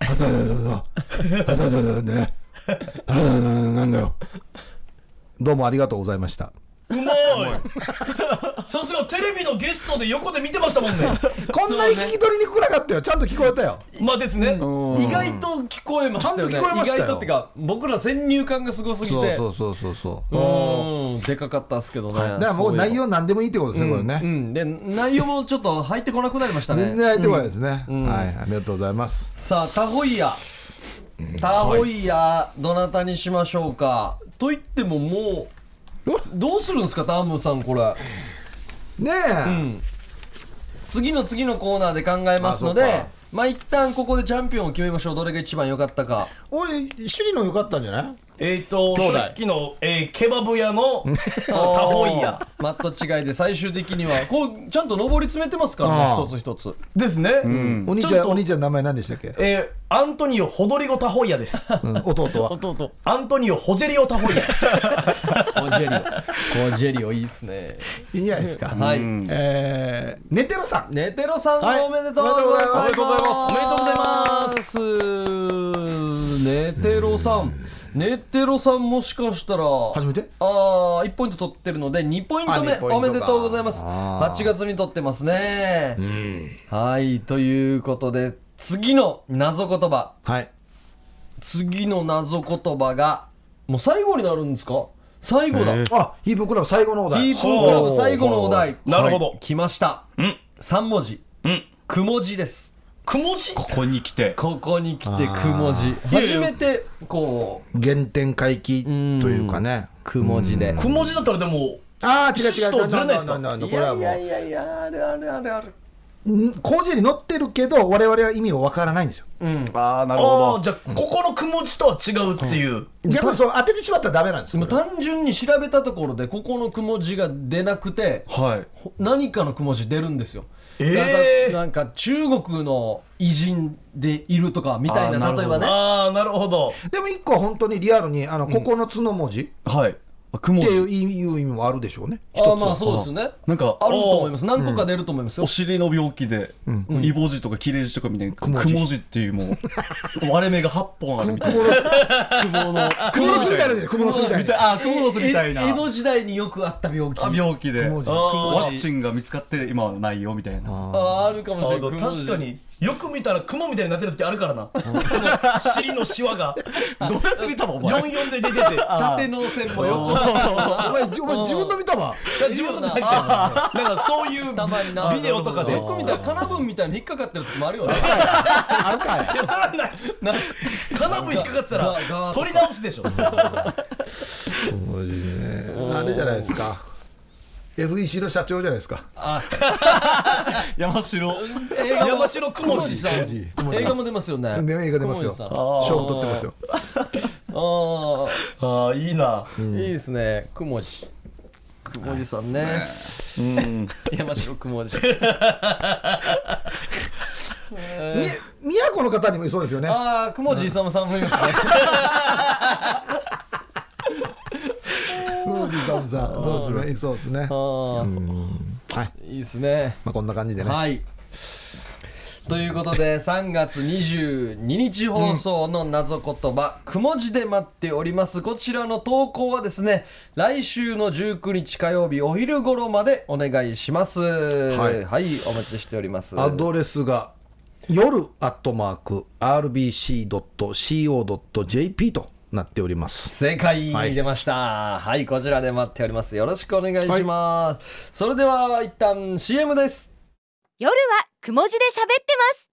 あたたたたあたたたたねあたたたたなんだよどうもありがとうございましたうまい さすがテレビのゲストで横で見てましたもん ねこんなに聞き取りにくくなかったよちゃんと聞こえたよまあですね意外と聞こえましたよねちゃんと聞こえましたよ意外とっていうか僕ら先入観がすごすぎてそうそうそうそうそううーんでかかったっすけどね、だからもう内容何でもいいってことですね、これね、うね。ん、で内容もちょっと入ってこなくなりましたね全然相手こないですね、うんはい、ありがとうございます。さあタホイヤタホイヤどなたにしましょうかと言ってももうどうするんですかタームさんこれねえ、次の次のコーナーで考えますのあそうでかまあ一旦ここでチャンピオンを決めましょうどれが一番良かったか俺、趣里の良かったんじゃないえっと兄弟さっきの、えーケバブ屋のあのタホイヤマット違いで最終的にはこうちゃんと上り詰めてますからねああ一つ一つですね、お兄ちちょゃっん、とお兄ちゃん、名前何でしたっけ、えーアントニオ・ホドリゴ・タホイヤ です。うん弟は。弟アントニオ・ホジェリオ・タホイヤ。コジェ リオコジェリオいいっすねいいんじゃないですか。はいえー、寝てろさん。ネテロさんはいおめでとうございます。おめでとうございます。おめでとうございます。ネテロさん。ネテロさんもしかしたら初めてああ1ポイント取ってるので2ポイント目あ二ポイントかおめでとうございますあー8月に取ってますねはいということで次の謎言葉はい。次の謎言葉がもう最後になるんですか最後だ、へえあ、ヒープークラブ最後のお題。ヒープークラブ最後のお題なるほど来ましたうん3文字うんくも字ですくも字ここに来てここに来てくも字ーい初やいやめてこ原点回帰というかね。うくも字でくも字だったらでもああ、違う違う。趣旨とずれないですかんんんんこれはもういやいやあるあるあるあるん、工事に載ってるけど、我々は意味をわからないんですよ。うんああなああじゃあここのくも字とは違うっていう逆にその当ててしまったらダメなんですでよ。もこれは単純に調べたところでここのくも字が出なくてはいほ何かのくも字出るんですよえーなんかなんか中国の偉人でいるとかみたいあーななる例えほばどねああなるほどでも一個は本当にリアルに、あの、9つの文字っはいあ雲ていう意味いう意味もあるでしょうね。あーまあそうですねなんかあると思います何個か出ると思いますよお尻の病気で、イボ痔とか切れ痔とかみたいな、くももじじっていうもう、割れ目が8本あるみたいな。雲の、クモの巣みたいなので、クモの巣みたいみたいな。な。あ、雲の巣みたいなえ。江戸時代によくあった病気あ病気で。雲痔あ雲痔ワクチンが見つかって今はないよみたいな。あーあるかもしあれないー確かによく見たらクモみたいになってる時あるからなこの尻のシワがどうやって見たのお前。 44で出てて縦の線も横お前、お前自分の見たわ。自分のじゃなくてなんかそういうたまになビデオとかでよく見たらカナブンみたいに引っかかってる時もあるよねあるかい。いやそらないっす金分引っかかってたガーガー らと取り直すでしょあれじゃないですか FEC の社長じゃないですか山城。映画も山城くもじさん映画も出ますよねで映画出ますよくもじさん賞も取ってますよあああいいなあ、いいですね。くもじ。くもじさんね。うん。山城くもじ。み宮古の方にもいそうですよねああ、くもじいさむさんもいますね。そうですねそうですねあはーいいいですね。まあこんな感じでねはい。ということで3月22日放送の謎言葉、くも字で待っておりますこちらの投稿はですね来週の19日火曜日お昼頃までお願いしますはいい、お待ちしておりますアドレスが夜アットマーク RBC.CO.JP となっております正解出ましたはい、こちらで待っておりますよろしくお願いします、それでは一旦 CM です夜はくも字で喋ってます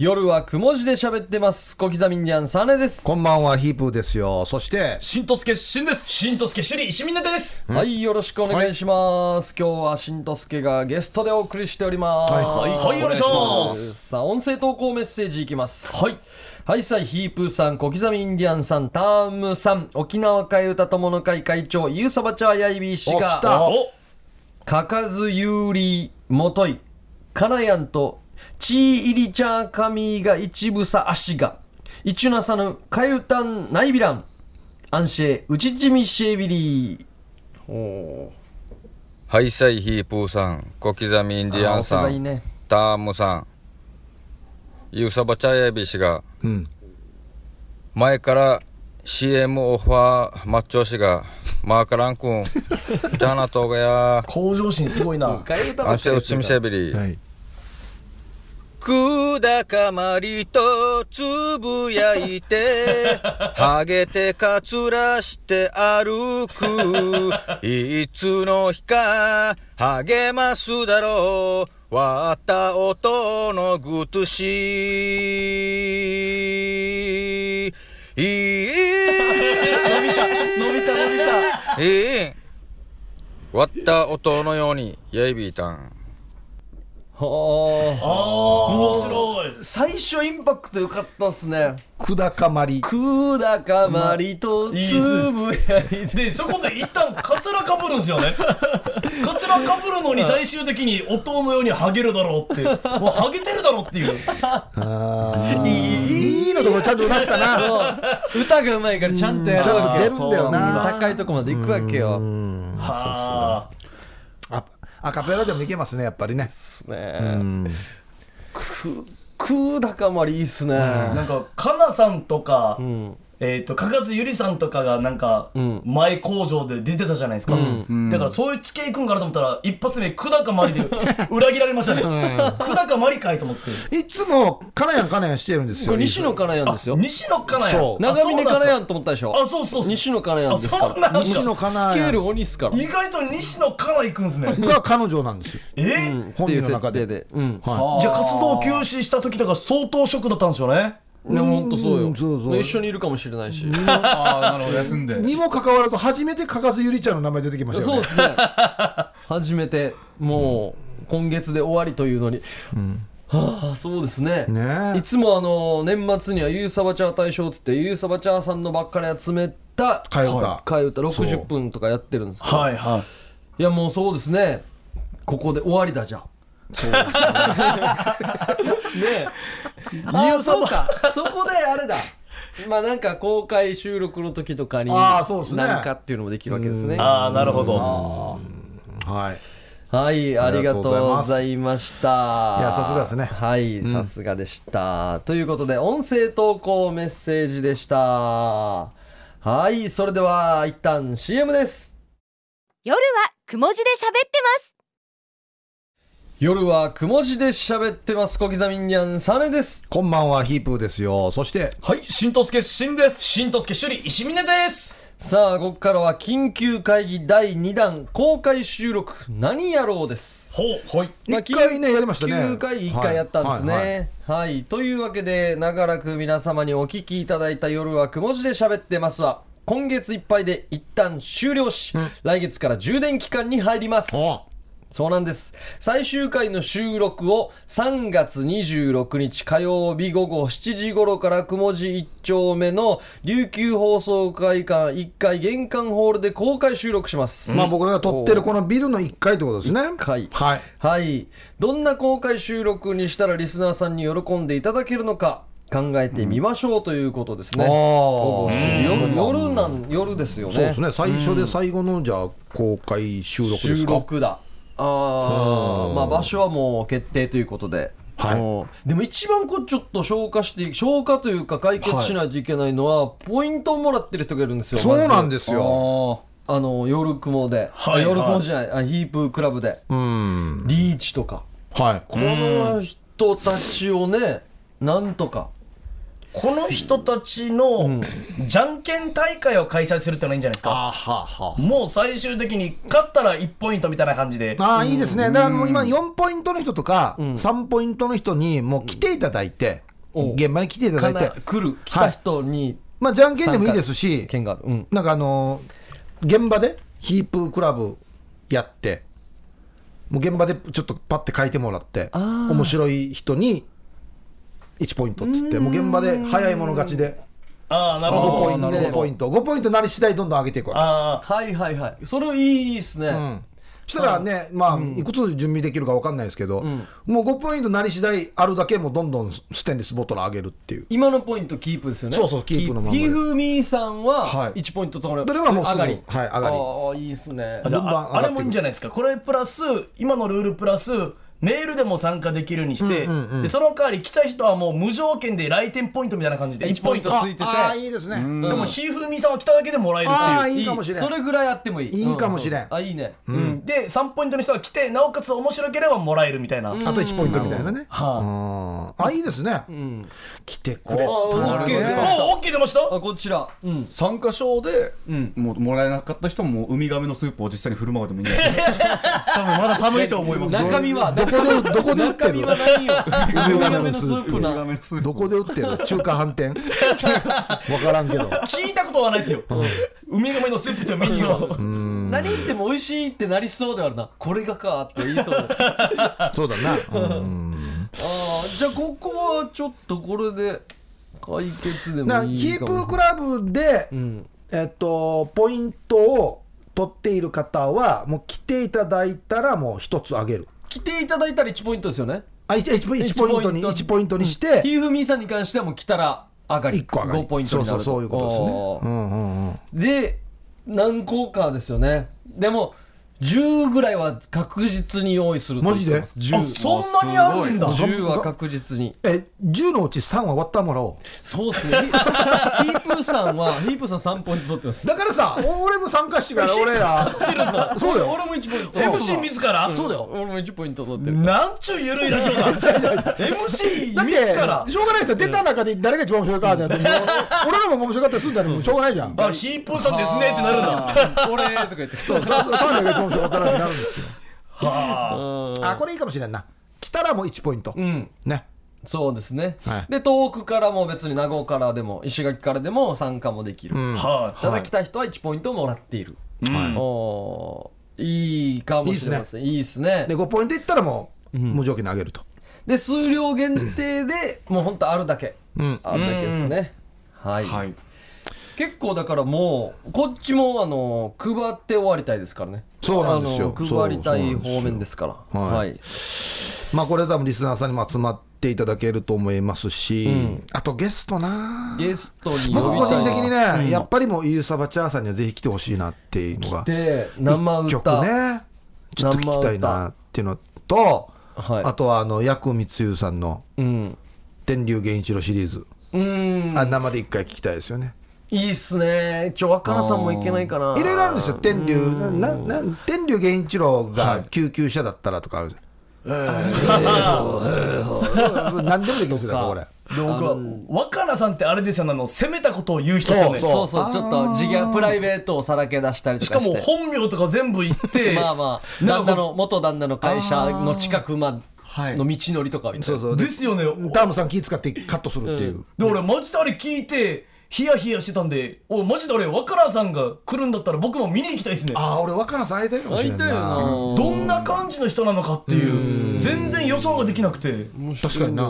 夜はくも字で喋ってます小刻みにゃんサネですこんばんはヒープーですよそして新とすけ新です。しんとすけ首里石見ネタですはい、よろしくお願いします。今日はしんとすけがゲストでお送りしております。はいはいはいお願いします。さあ、音声投稿メッセージいきます。はい。はい、さあ、ヒープーさん、小刻みインディアンさん、タームさん、沖縄替え歌友の会会長、ゆうさばちゃあやいびー氏お来たが、おかかずゆうりもとい、かなやんと、ちーいりちゃーかみーが一部さあしが、いちゅなさぬ、かゆたんないびらん、あんしえ、うちちみしえびりハイサイヒープーさん、小刻みインディアンあーさ音がいいん、ね。タームさん、ユーサバチャヤビ氏が、うん前から CM オファーマッチョ氏が、マーカラン君、ジャーナトーガヤ、向上心すごいな替え歌ばアっンかシりやェルってチるミかシらェビリー。いくだかまりとつぶやい て、ハゲてかつらして歩く。いつの日か励ますだろう。割った音のぐとし。いい。伸びた伸びたいい。割った音のように、やいびーたん。はあああ面白い最初インパクト良かったっすねだかまりくだかまりとつぶやいて でそこで一旦カツラかぶるんですよ ねカツラかぶるのに最終的に音のようにハゲるだろ うってもうハゲてるだろう っていうあーいいのところちゃんと出したな歌がうまいからちゃんとやるわけちゃんと出るんだよなそう高いとこまで行くわけよはああアカペラでもいけますねやっぱりねですねくくだかまりいいっすねなんかかなさんとか、んえっ、と、かかずゆりさんとかがなんか、前工場で出てたじゃないですか。だからそういう地形行くんかなと思ったら、一発目、久高ま りで裏切られましたね。久高まりかいと思って。いつも、金谷金谷してるんですこよ。れ西野カナヤンですよ西野かなや。そう長峰カナヤんンと思ったでしょあそうそうそう西野カナヤンですあそかうならんだ西野カナヤンスケール鬼っすから意外と西野かな行くんですね。が彼女なんですよ。えっーて本いう人の設中定で。でうんはじゃあ活動休止した時とか相当ショックだったんですよね。ね本当そううよんそうそう一緒にいるかもしれないしああ、なるほど、休んでい。。にもかかわらず、初めてかかずゆりちゃんの名前出てきましたそうよね。ですね 初めてもう今月で終わりというのにはあそうですねねえいつもあの年末には「ゆうさばチャー大賞」っつってゆうさばチャーさんのばっかり集めた替え歌替え歌60分とかやってるんですけどはいはい。いやもうそうですねここで終わりだじゃあ そうねえあそうかそこであれだまあなんか公開収録の時とかにあーそうですねなんかっていうのもできるわけですねああ、なるほど。はい。はい、ありがとうござありいました。いやさすがですねはい、さすがでした。ということで、音声投稿メッセージでした。はい、それでは、一旦 CM です。夜はくも字で喋ってます夜はくも字で喋ってます。小刻みにゃん、サネです。こんばんは、ヒープーですよ。そして、はい、新藤助新です。新とすけ首里石峰です。さあ、ここからは緊急会議第2弾公開収録、何やろうです。ほう。はい。まあ一回ね、やりましたね。 9回1回やったんですね。ははいはいはいいというわけで長らく皆様にお聞きいただいた「夜はくも字で喋ってますは」今月いっぱいで一旦終了し、来月から充電期間に入ります。おそうなんです。最終回の収録を3月26日火曜日午後7時頃から雲寺1丁目の琉球放送会館1階玄関ホールで公開収録します。まあ僕らが撮ってるこのビルの1階ってことですね。回はい。はい、どんな公開収録にしたらリスナーさんに喜んでいただけるのか考えてみましょうということですね、おー夜夜なん夜ですよねそうですね。最初で最後の、じゃあ、公開収録です収か。録だあーまあ場所はもう決定ということで、はいもうでも一番こうちょっと消化して消化というか解決しないといけないのは、ポイントをもらってる人がいるんですよそうなんですすよ。あの夜雲で、はいはい夜雲じゃないあヒープークラブでうん。リーチとかはい。この人たちをねなんとかこの人たちのじゃんけん大会を開催するってのはいいんじゃないですか。あはは。もう最終的に勝ったら1ポイントみたいな感じで。ああ、いいですね。だからもう今、4ポイントの人とか、3ポイントの人に、もう来ていただいて、うん現場に来ていただかいなて、来る来た人にまあ、じゃんけんでもいいですし、剣がある、うん、なんかあのー現場でヒープークラブやって、もう現場でちょっとパッて書いてもらって、あー面白い人に1ポイントっつって、もう現場で早い者勝ちで、ああ、なる5ほポど。イント、あーなる5ほどポイント、5ポイントなり次第どんどん上げていくわあはいはいはいそれいいですね、け。うんそしたらね、まあ、いくつ準備できるか分かんないですけど、もう5ポイントなり次第あるだけ、もうどんどんステンレスボトル上げるっていう。今のポイントキープですよねそうそうキープのままでひふみさんははい1ポイントとれどれはもうすぐ上がりはい上がりああいいですねあ。じゃどんどん上がってくあ、るあれもいいんじゃないですか。これプラス、今のルールプラス、メールでも参加できるようにして、でその代わり来た人はもう無条件で来店ポイントみたいな感じで1ポイントあついてて、ああ、いいですね。でもひふみさんは来ただけでもらえるっていう。ああ、いいかもしれんそ。れぐらいあってもいいいいかもしれんうそうあいいね、で3ポイントの人が来てなおかつ面白ければもらえるみたいな、あと1ポイントみたいなね。はああいいですね、来てくれあたあ OK ら出まねしたおお OK 出ましたあこちらうん参加賞で、もうもらえなかった人もウミガメのスープを実際に振る舞うでもいいんじゃないですか多分まだ寒いと思います中身はどこでどこで売っ中てる身は何よウミガ海メめののススーーウプミなガメのスープどこで売ってる中華飯店わからんけど聞いたことはないですよ、ウミガメのスープというメニューを何言っても美味しいってなりそうではあるなこれがかって言いそう だそうだな、うんあーじゃあここはちょっとこれで解決でなもいヒいーかプーもクラブで、んえっとポイントを取っている方はもう来ていただいたらもう一つあげる来ていただいたら1ポイントですよねあ 1, ポイントポイントに1ポイントにして、ひーふみーさんに関してはもう来たら上がり一個上がり5ポイントになるそうそうそういうことですあねーで何個かですよねでも10ぐらいは確実に用意するとマジで言ってます10あそんなにあるんだすごい10は確実にえ10のうち3は割ったもらおうそうですねヒ ヒープーさんはヒープーさん3ポイント取ってますだからさ俺も参加してから俺らそうだよ俺も1ポイント MC 自らそうだよ俺も1ポイント取ってるなんちゅうゆるいラジオだ MC だって自らしょうがないですよ出た中で誰が一番面白いかってなってもう俺らも面白かったりするんだらもうしょうがないじゃんあヒープーさんですねってなるんだ俺とか言ってそうサンサンデーが一番面白かったらになるんですよはあこれいいかもしれんな来たらもう1ポイントうんねそうですね、はいで遠くからも別に名護からでも石垣からでも参加もできる、あはただ来た人は1ポイントもらっている、いうんおーいいかもしれませんいいですねで5ポイントいったらもう無条件に上げるとで数量限定で、もう本当あるだけ、うんあるだけですね、はい、はい。結構だからもうこっちもあの配って終わりたいですからねそうなんですよあの配りたそういそうなんですよ方面ですからははいい、まあこれ多分リスナーさんにも集まっていただけると思いますし、あとゲストなゲストに僕呼び個た人い的にね、やっぱりもうユーサバチャーさんにはぜひ来てほしいなっていうのがで生一歌、曲ねちょっと聞きたいなっていうのと、はいあとはあのヤクミツユさんのうん天竜源一郎シリーズ、うんあ生で一回聞きたいですよねいいっすねちょ若菜さんもいけないかないろいろあるんですよ天竜なな天竜源一郎が救急車だったらとかあるんですよえーほーえーほー何でもできるんですよだからこれあでも僕は若菜さんってあれですよねあの攻めたことを言う人ですよねそうそうちょっと自虐プライベートをさらけ出したりとしかかしても本名とか全部言って まあまあな旦んか那この元旦那の会社の近くまはいの道のりとかみたいそうなそううですよねタームさん気使ってカットするっていう、で俺マジであれ聞いてヒヤヒヤしてたんでおマジで俺若菜さんが来るんだったら僕も見に行きたいですねああ俺若菜さん会いたいかもしれないなどどんな感じの人なのかっていう全然予想ができなくてでも確かにな、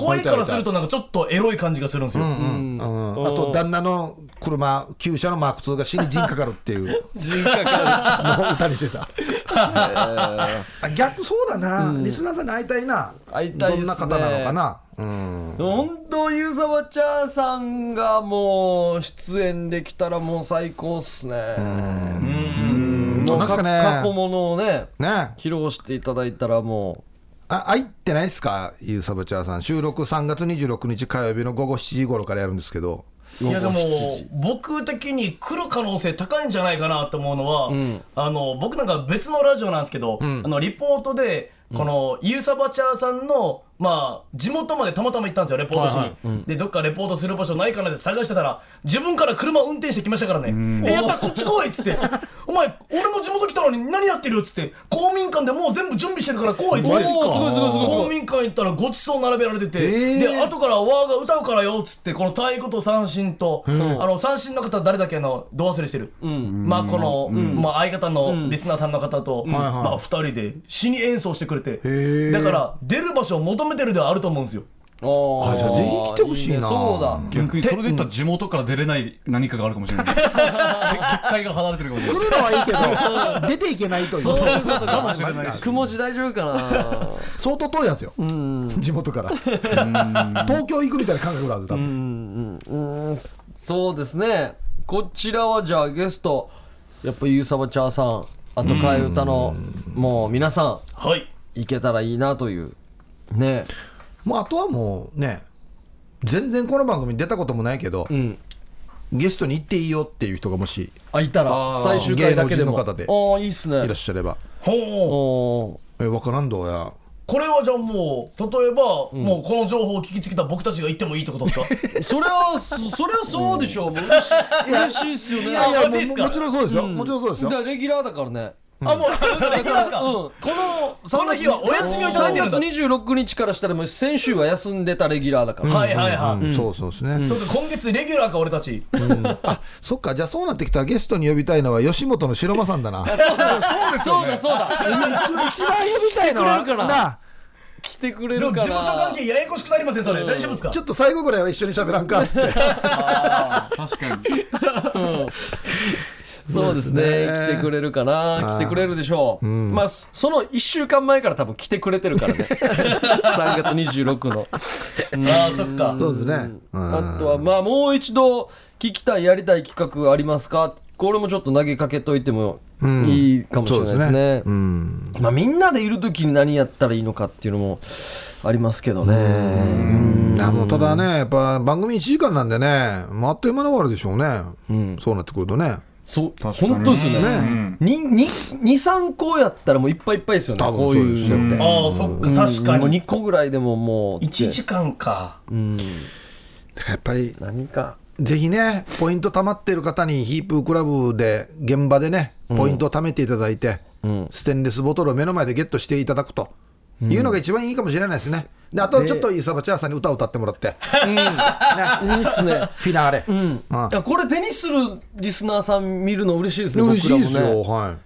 声からするとなんかちょっとエロい感じがするんですよ、うんあと旦那の車旧車のマーク2が死に陣かかるっていうのを歌にしてたあ逆そうだな、リスナーさんに会いたいな会いたいっすねどんな方なのかな、うん、本当ゆうさばちゃんさんがもう出演できたらもう最高っすねうんもうなんすかかね過去ものをねね披露していただいたらもあ入ってないですかゆうさばちゃーさん収録3月26日火曜日の午後7時頃からやるんですけどいやでも僕的に来る可能性高いんじゃないかなと思うのは、あの僕なんか別のラジオなんですけど、あのリポートでこのユーサバチャーさんの、まあ、地元までたまたま行ったんですよレポートしに、でどっかレポートする場所ないかなって探してたら自分から車運転してきましたからね「えやったこっち来い」っつって 「お前俺の地元来たのに何やってる?」っつって公民館でもう全部準備してるから来いっつってマジかおーすごいすごいすごいすごい公民館行ったらごちそう並べられてて、えーで 後からわーが歌うからよっつってこの太鼓と三振と、あの三振の方誰だっけあのど忘れしてる、まあこの、まあ、相方のリスナーさんの方と、まあ、2人で死に演奏してくれて、ーだから出る場所を求めてるではあると思うんですようああじゃあぜひ来てほしいなねそうだ逆にそれで言ったら地元から出れない何かがあるかもしれない。結界が離れてるかもしれ来ない。るのはいいけど 出ていけないというそういうことかもしれないですくも字大丈夫か な相当遠いやつよ、地元から東京行くみたいな感覚なんで多分、そうですねこちらはじゃあゲストやっぱゆうさばちゃんさんあと替え歌のもう皆さはいんいけたらいいなというねまあ、あとはもうね全然この番組に出たこともないけど、んゲストに行っていいよっていう人がもしあいたあらー最終回だけでも芸能人の方でああいいっすねいらっしゃれば、ほうおえ分からんどうやこれはじゃあもう例えば、もうこの情報を聞きつけた僕たちが行ってもいいってこと ですかーそれはそそれはそうでしょう、う嬉しい嬉しいっすよねいやマジっすもかもちろんそうですよ、もちろんそうですだからよレギュラーだからねあもうレだギかュらラうーんか、 このこの日はお休みをいただい3てるんだ月26日からしたらもう先週は休んでたレギュラーだから、はいはいはい、うんそうそうですね、そうか今月レギュラーか俺たちあそっかじゃあそうなってきたらゲストに呼びたいのは吉本の白間さんだなそうだそうだ一番呼びたいのは 来てくれるかなな 来てくれるかでも事ら務所関係ややこしくなりませんそれ、大丈夫ですかちょっと最後ぐらいは一緒に喋らんかっつって確かに。そうですね来てくれるかな来てくれるでしょう、まあそその1週間前から多分来てくれてるから ね3月26のああそっか そうですね、うんあとはまあもう一度聞きたいやりたい企画ありますかこれもちょっと投げかけといてもうんいいかもしれないですね。うんまあ、みんなでいる時に何やったらいいのかっていうのもありますけどね。うんいやもうただね、やっぱ番組1時間なんでね、まあ、あっという間に終わるでしょうね、うんそうなってくるとね、そう確かに本当ですよね。ねうんにに23個やったらもういっぱいいっぱいですよね多分こういうのってそうですよああそっか確かうんもうに2個ぐらいでももう1時間かうんだからやっぱり何かぜひね、ポイント貯まっている方に、ヒープークラブで現場でね、ポイントを貯めていただいて、んステンレスボトルを目の前でゲットしていただくと。いうのが一番いいかもしれないですね。で、あとちょっとイサバチャーさんに歌を歌ってもらって、いいっすねフィナーレ。うんあいやこれ手にするリスナーさん見るの嬉しいですね嬉しいで僕すらもよ、ねはい。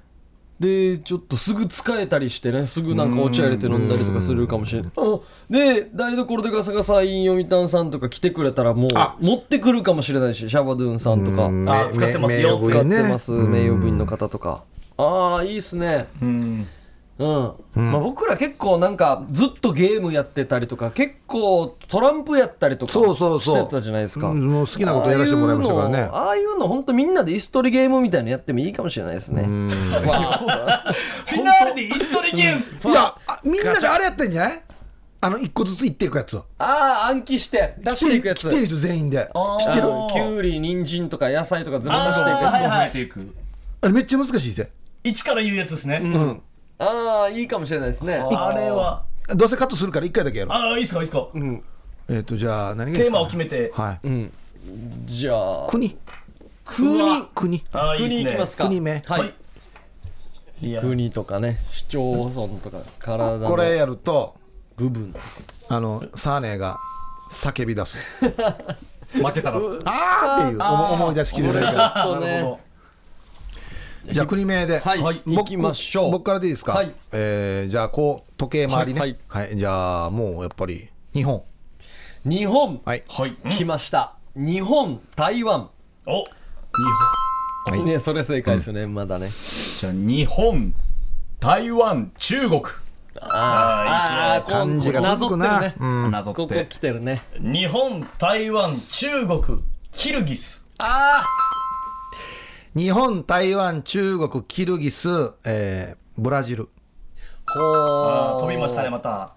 でちょっとすぐ使えたりしてねすぐなんかお茶入れて飲んだりとかするかもしれないで台所でガサガサイン読谷さんとか来てくれたらもあう持ってくるかもしれないしシャバドゥンさんとかうんあ使ってますよ名使名って誉部位ねます名誉部員の方とかああいいっすねうんうんまあ、僕ら結構なんかずっとゲームやってたりとか結構トランプやったりとかそうそうしそうてたじゃないですかうんもう好きなことやらせてもらいましたからねああいうの本当みんなで椅子取りゲームみたいなのやってもいいかもしれないですねフィナーレでイーストレゲームいや、あみんなであれやってんじゃないあの、一個ずつ行っていくやつを。ああ暗記して出していくやつ来てる人全員で。知ってるあーきゅうり人参とか野菜とか全部出していくあーはいやは増えいていく。あれめっちゃ難しいぜ。一から言うやつですねつうんああいいかもしれないですねあれはどうせカットするから一回だけやろう。ああいいっすかいいっすかえっと、じゃあ、何がいいでテすーかマを決めてはい。じゃあ国。国国。ああい国いっすねいきますか国名はいはいいや国とかね市町村とか体これのやると、部分あの、サーネが叫び出 す。負けたら、 あーっていう思思い出しきれないかあとなるねほら。じゃあ、国名で。はい僕行きましょう僕からでいいですか。はいえーじゃあ、こう、時計回りね。ははいい。じゃあ、もうやっぱり、日本。日本はい。はい。来ました日本台湾どおはいねそれ正解ですよねまだねじゃあ、日本、台湾、中国。ああいいっすね今漢字がなぞ続っくてるなね。うん。なぞこっこて。来てるね日本、台湾、中国、キルギス。あ日本、台湾、中国、キルギス、えーブラジル。あほあーう飛びましたね、また。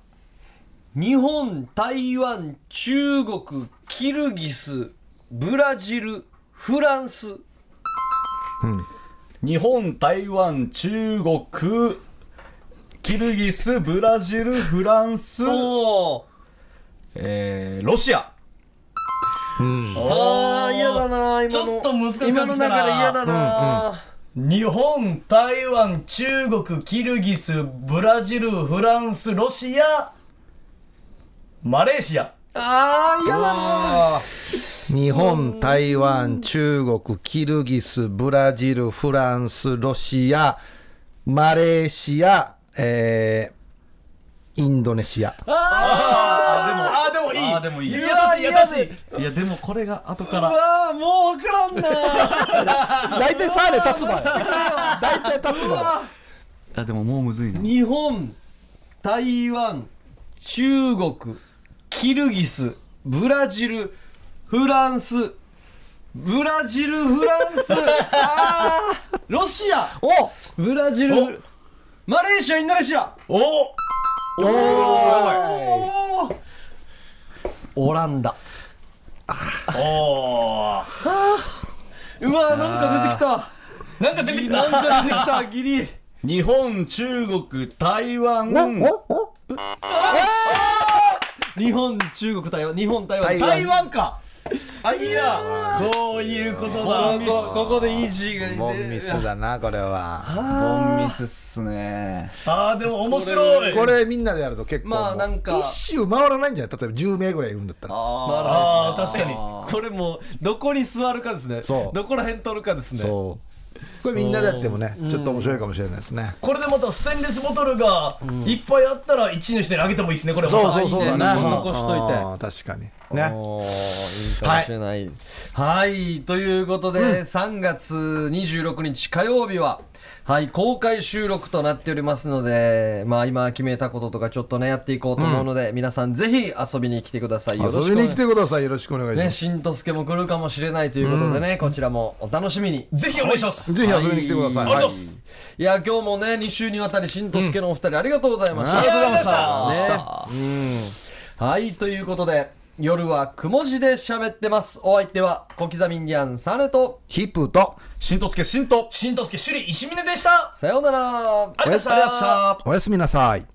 日本台湾中国キルギスブラジルフランス日本、台湾、中国、キルギス、ブラジル、フランス、おーえー、ロシア。あー嫌だな今のちょっと難しくなってき今のたな流れ嫌だな日本、台湾、中国、キルギス、ブラジル、フランス、ロシア、マレーシア。あー嫌だな日本、台湾、中国、キルギス、ブラジル、フランス、ロシア、マレーシア、えーインドネシア。あー、でもいい。あーでもいい優しい、優いやしい。いや、でもこれが後かうら。わーもう分からんな大体サーレ立つばよ。大体立つばあ、でももうむずいな。日本台湾中国キルギスブラジルフランスブラジルフランス あーロシアよ。ブラジルマレーシアインドネシアおおおーオランダおーうわーなんか出てきたなんか出てきた。なんか出てきたギリ日本、中国、台湾、日本中国台湾日本台湾台湾台湾か。あ、いや、こういうことだ。ここここでイージーが出ボるンミスだな、これは。ボンミスっすね。あー、でも面白い。これみんなでやると結構もう、まあなんか一周回らないんじゃない例えば10名ぐらいいるんだったら。回らないですねあー、確かに。これもうどこに座るかですねそうどこら辺取るかですねそう。これみんなでやってもね、ちょっと面白いかもしれないですね。これでまたステンレスボトルがいっぱいあったら1位の人にあげてもいいですね、これはそうそうそういいだねね。残しといてあー確かに。ねおーいいかもしれない。はい、ということで、3月26日火曜日は、はい、公開収録となっておりますので、まあ今決めたこととかちょっとね、やっていこうと思うので、皆さんぜひ遊びに来てください。よろしくお遊願いびしにます。来てくださいよろしくお願いしね、ます、しんとすけも来るかもしれないということでね、こちらもお楽しみに。ぜひお願いします。ぜひ遊びに来てください、ありがとうございまはいすいや、今日もね、2週にわたりしんとすけのお二人、ありがとうございました。ありがとうございましたねうんはい、ということで、夜はくも字で喋ってます。お相手は、小刻みインディアンサネと、ヒップとしんとすけしんとしんとすけ、首里石峰でした。さようなら。ありがとうございました。おやすみなさい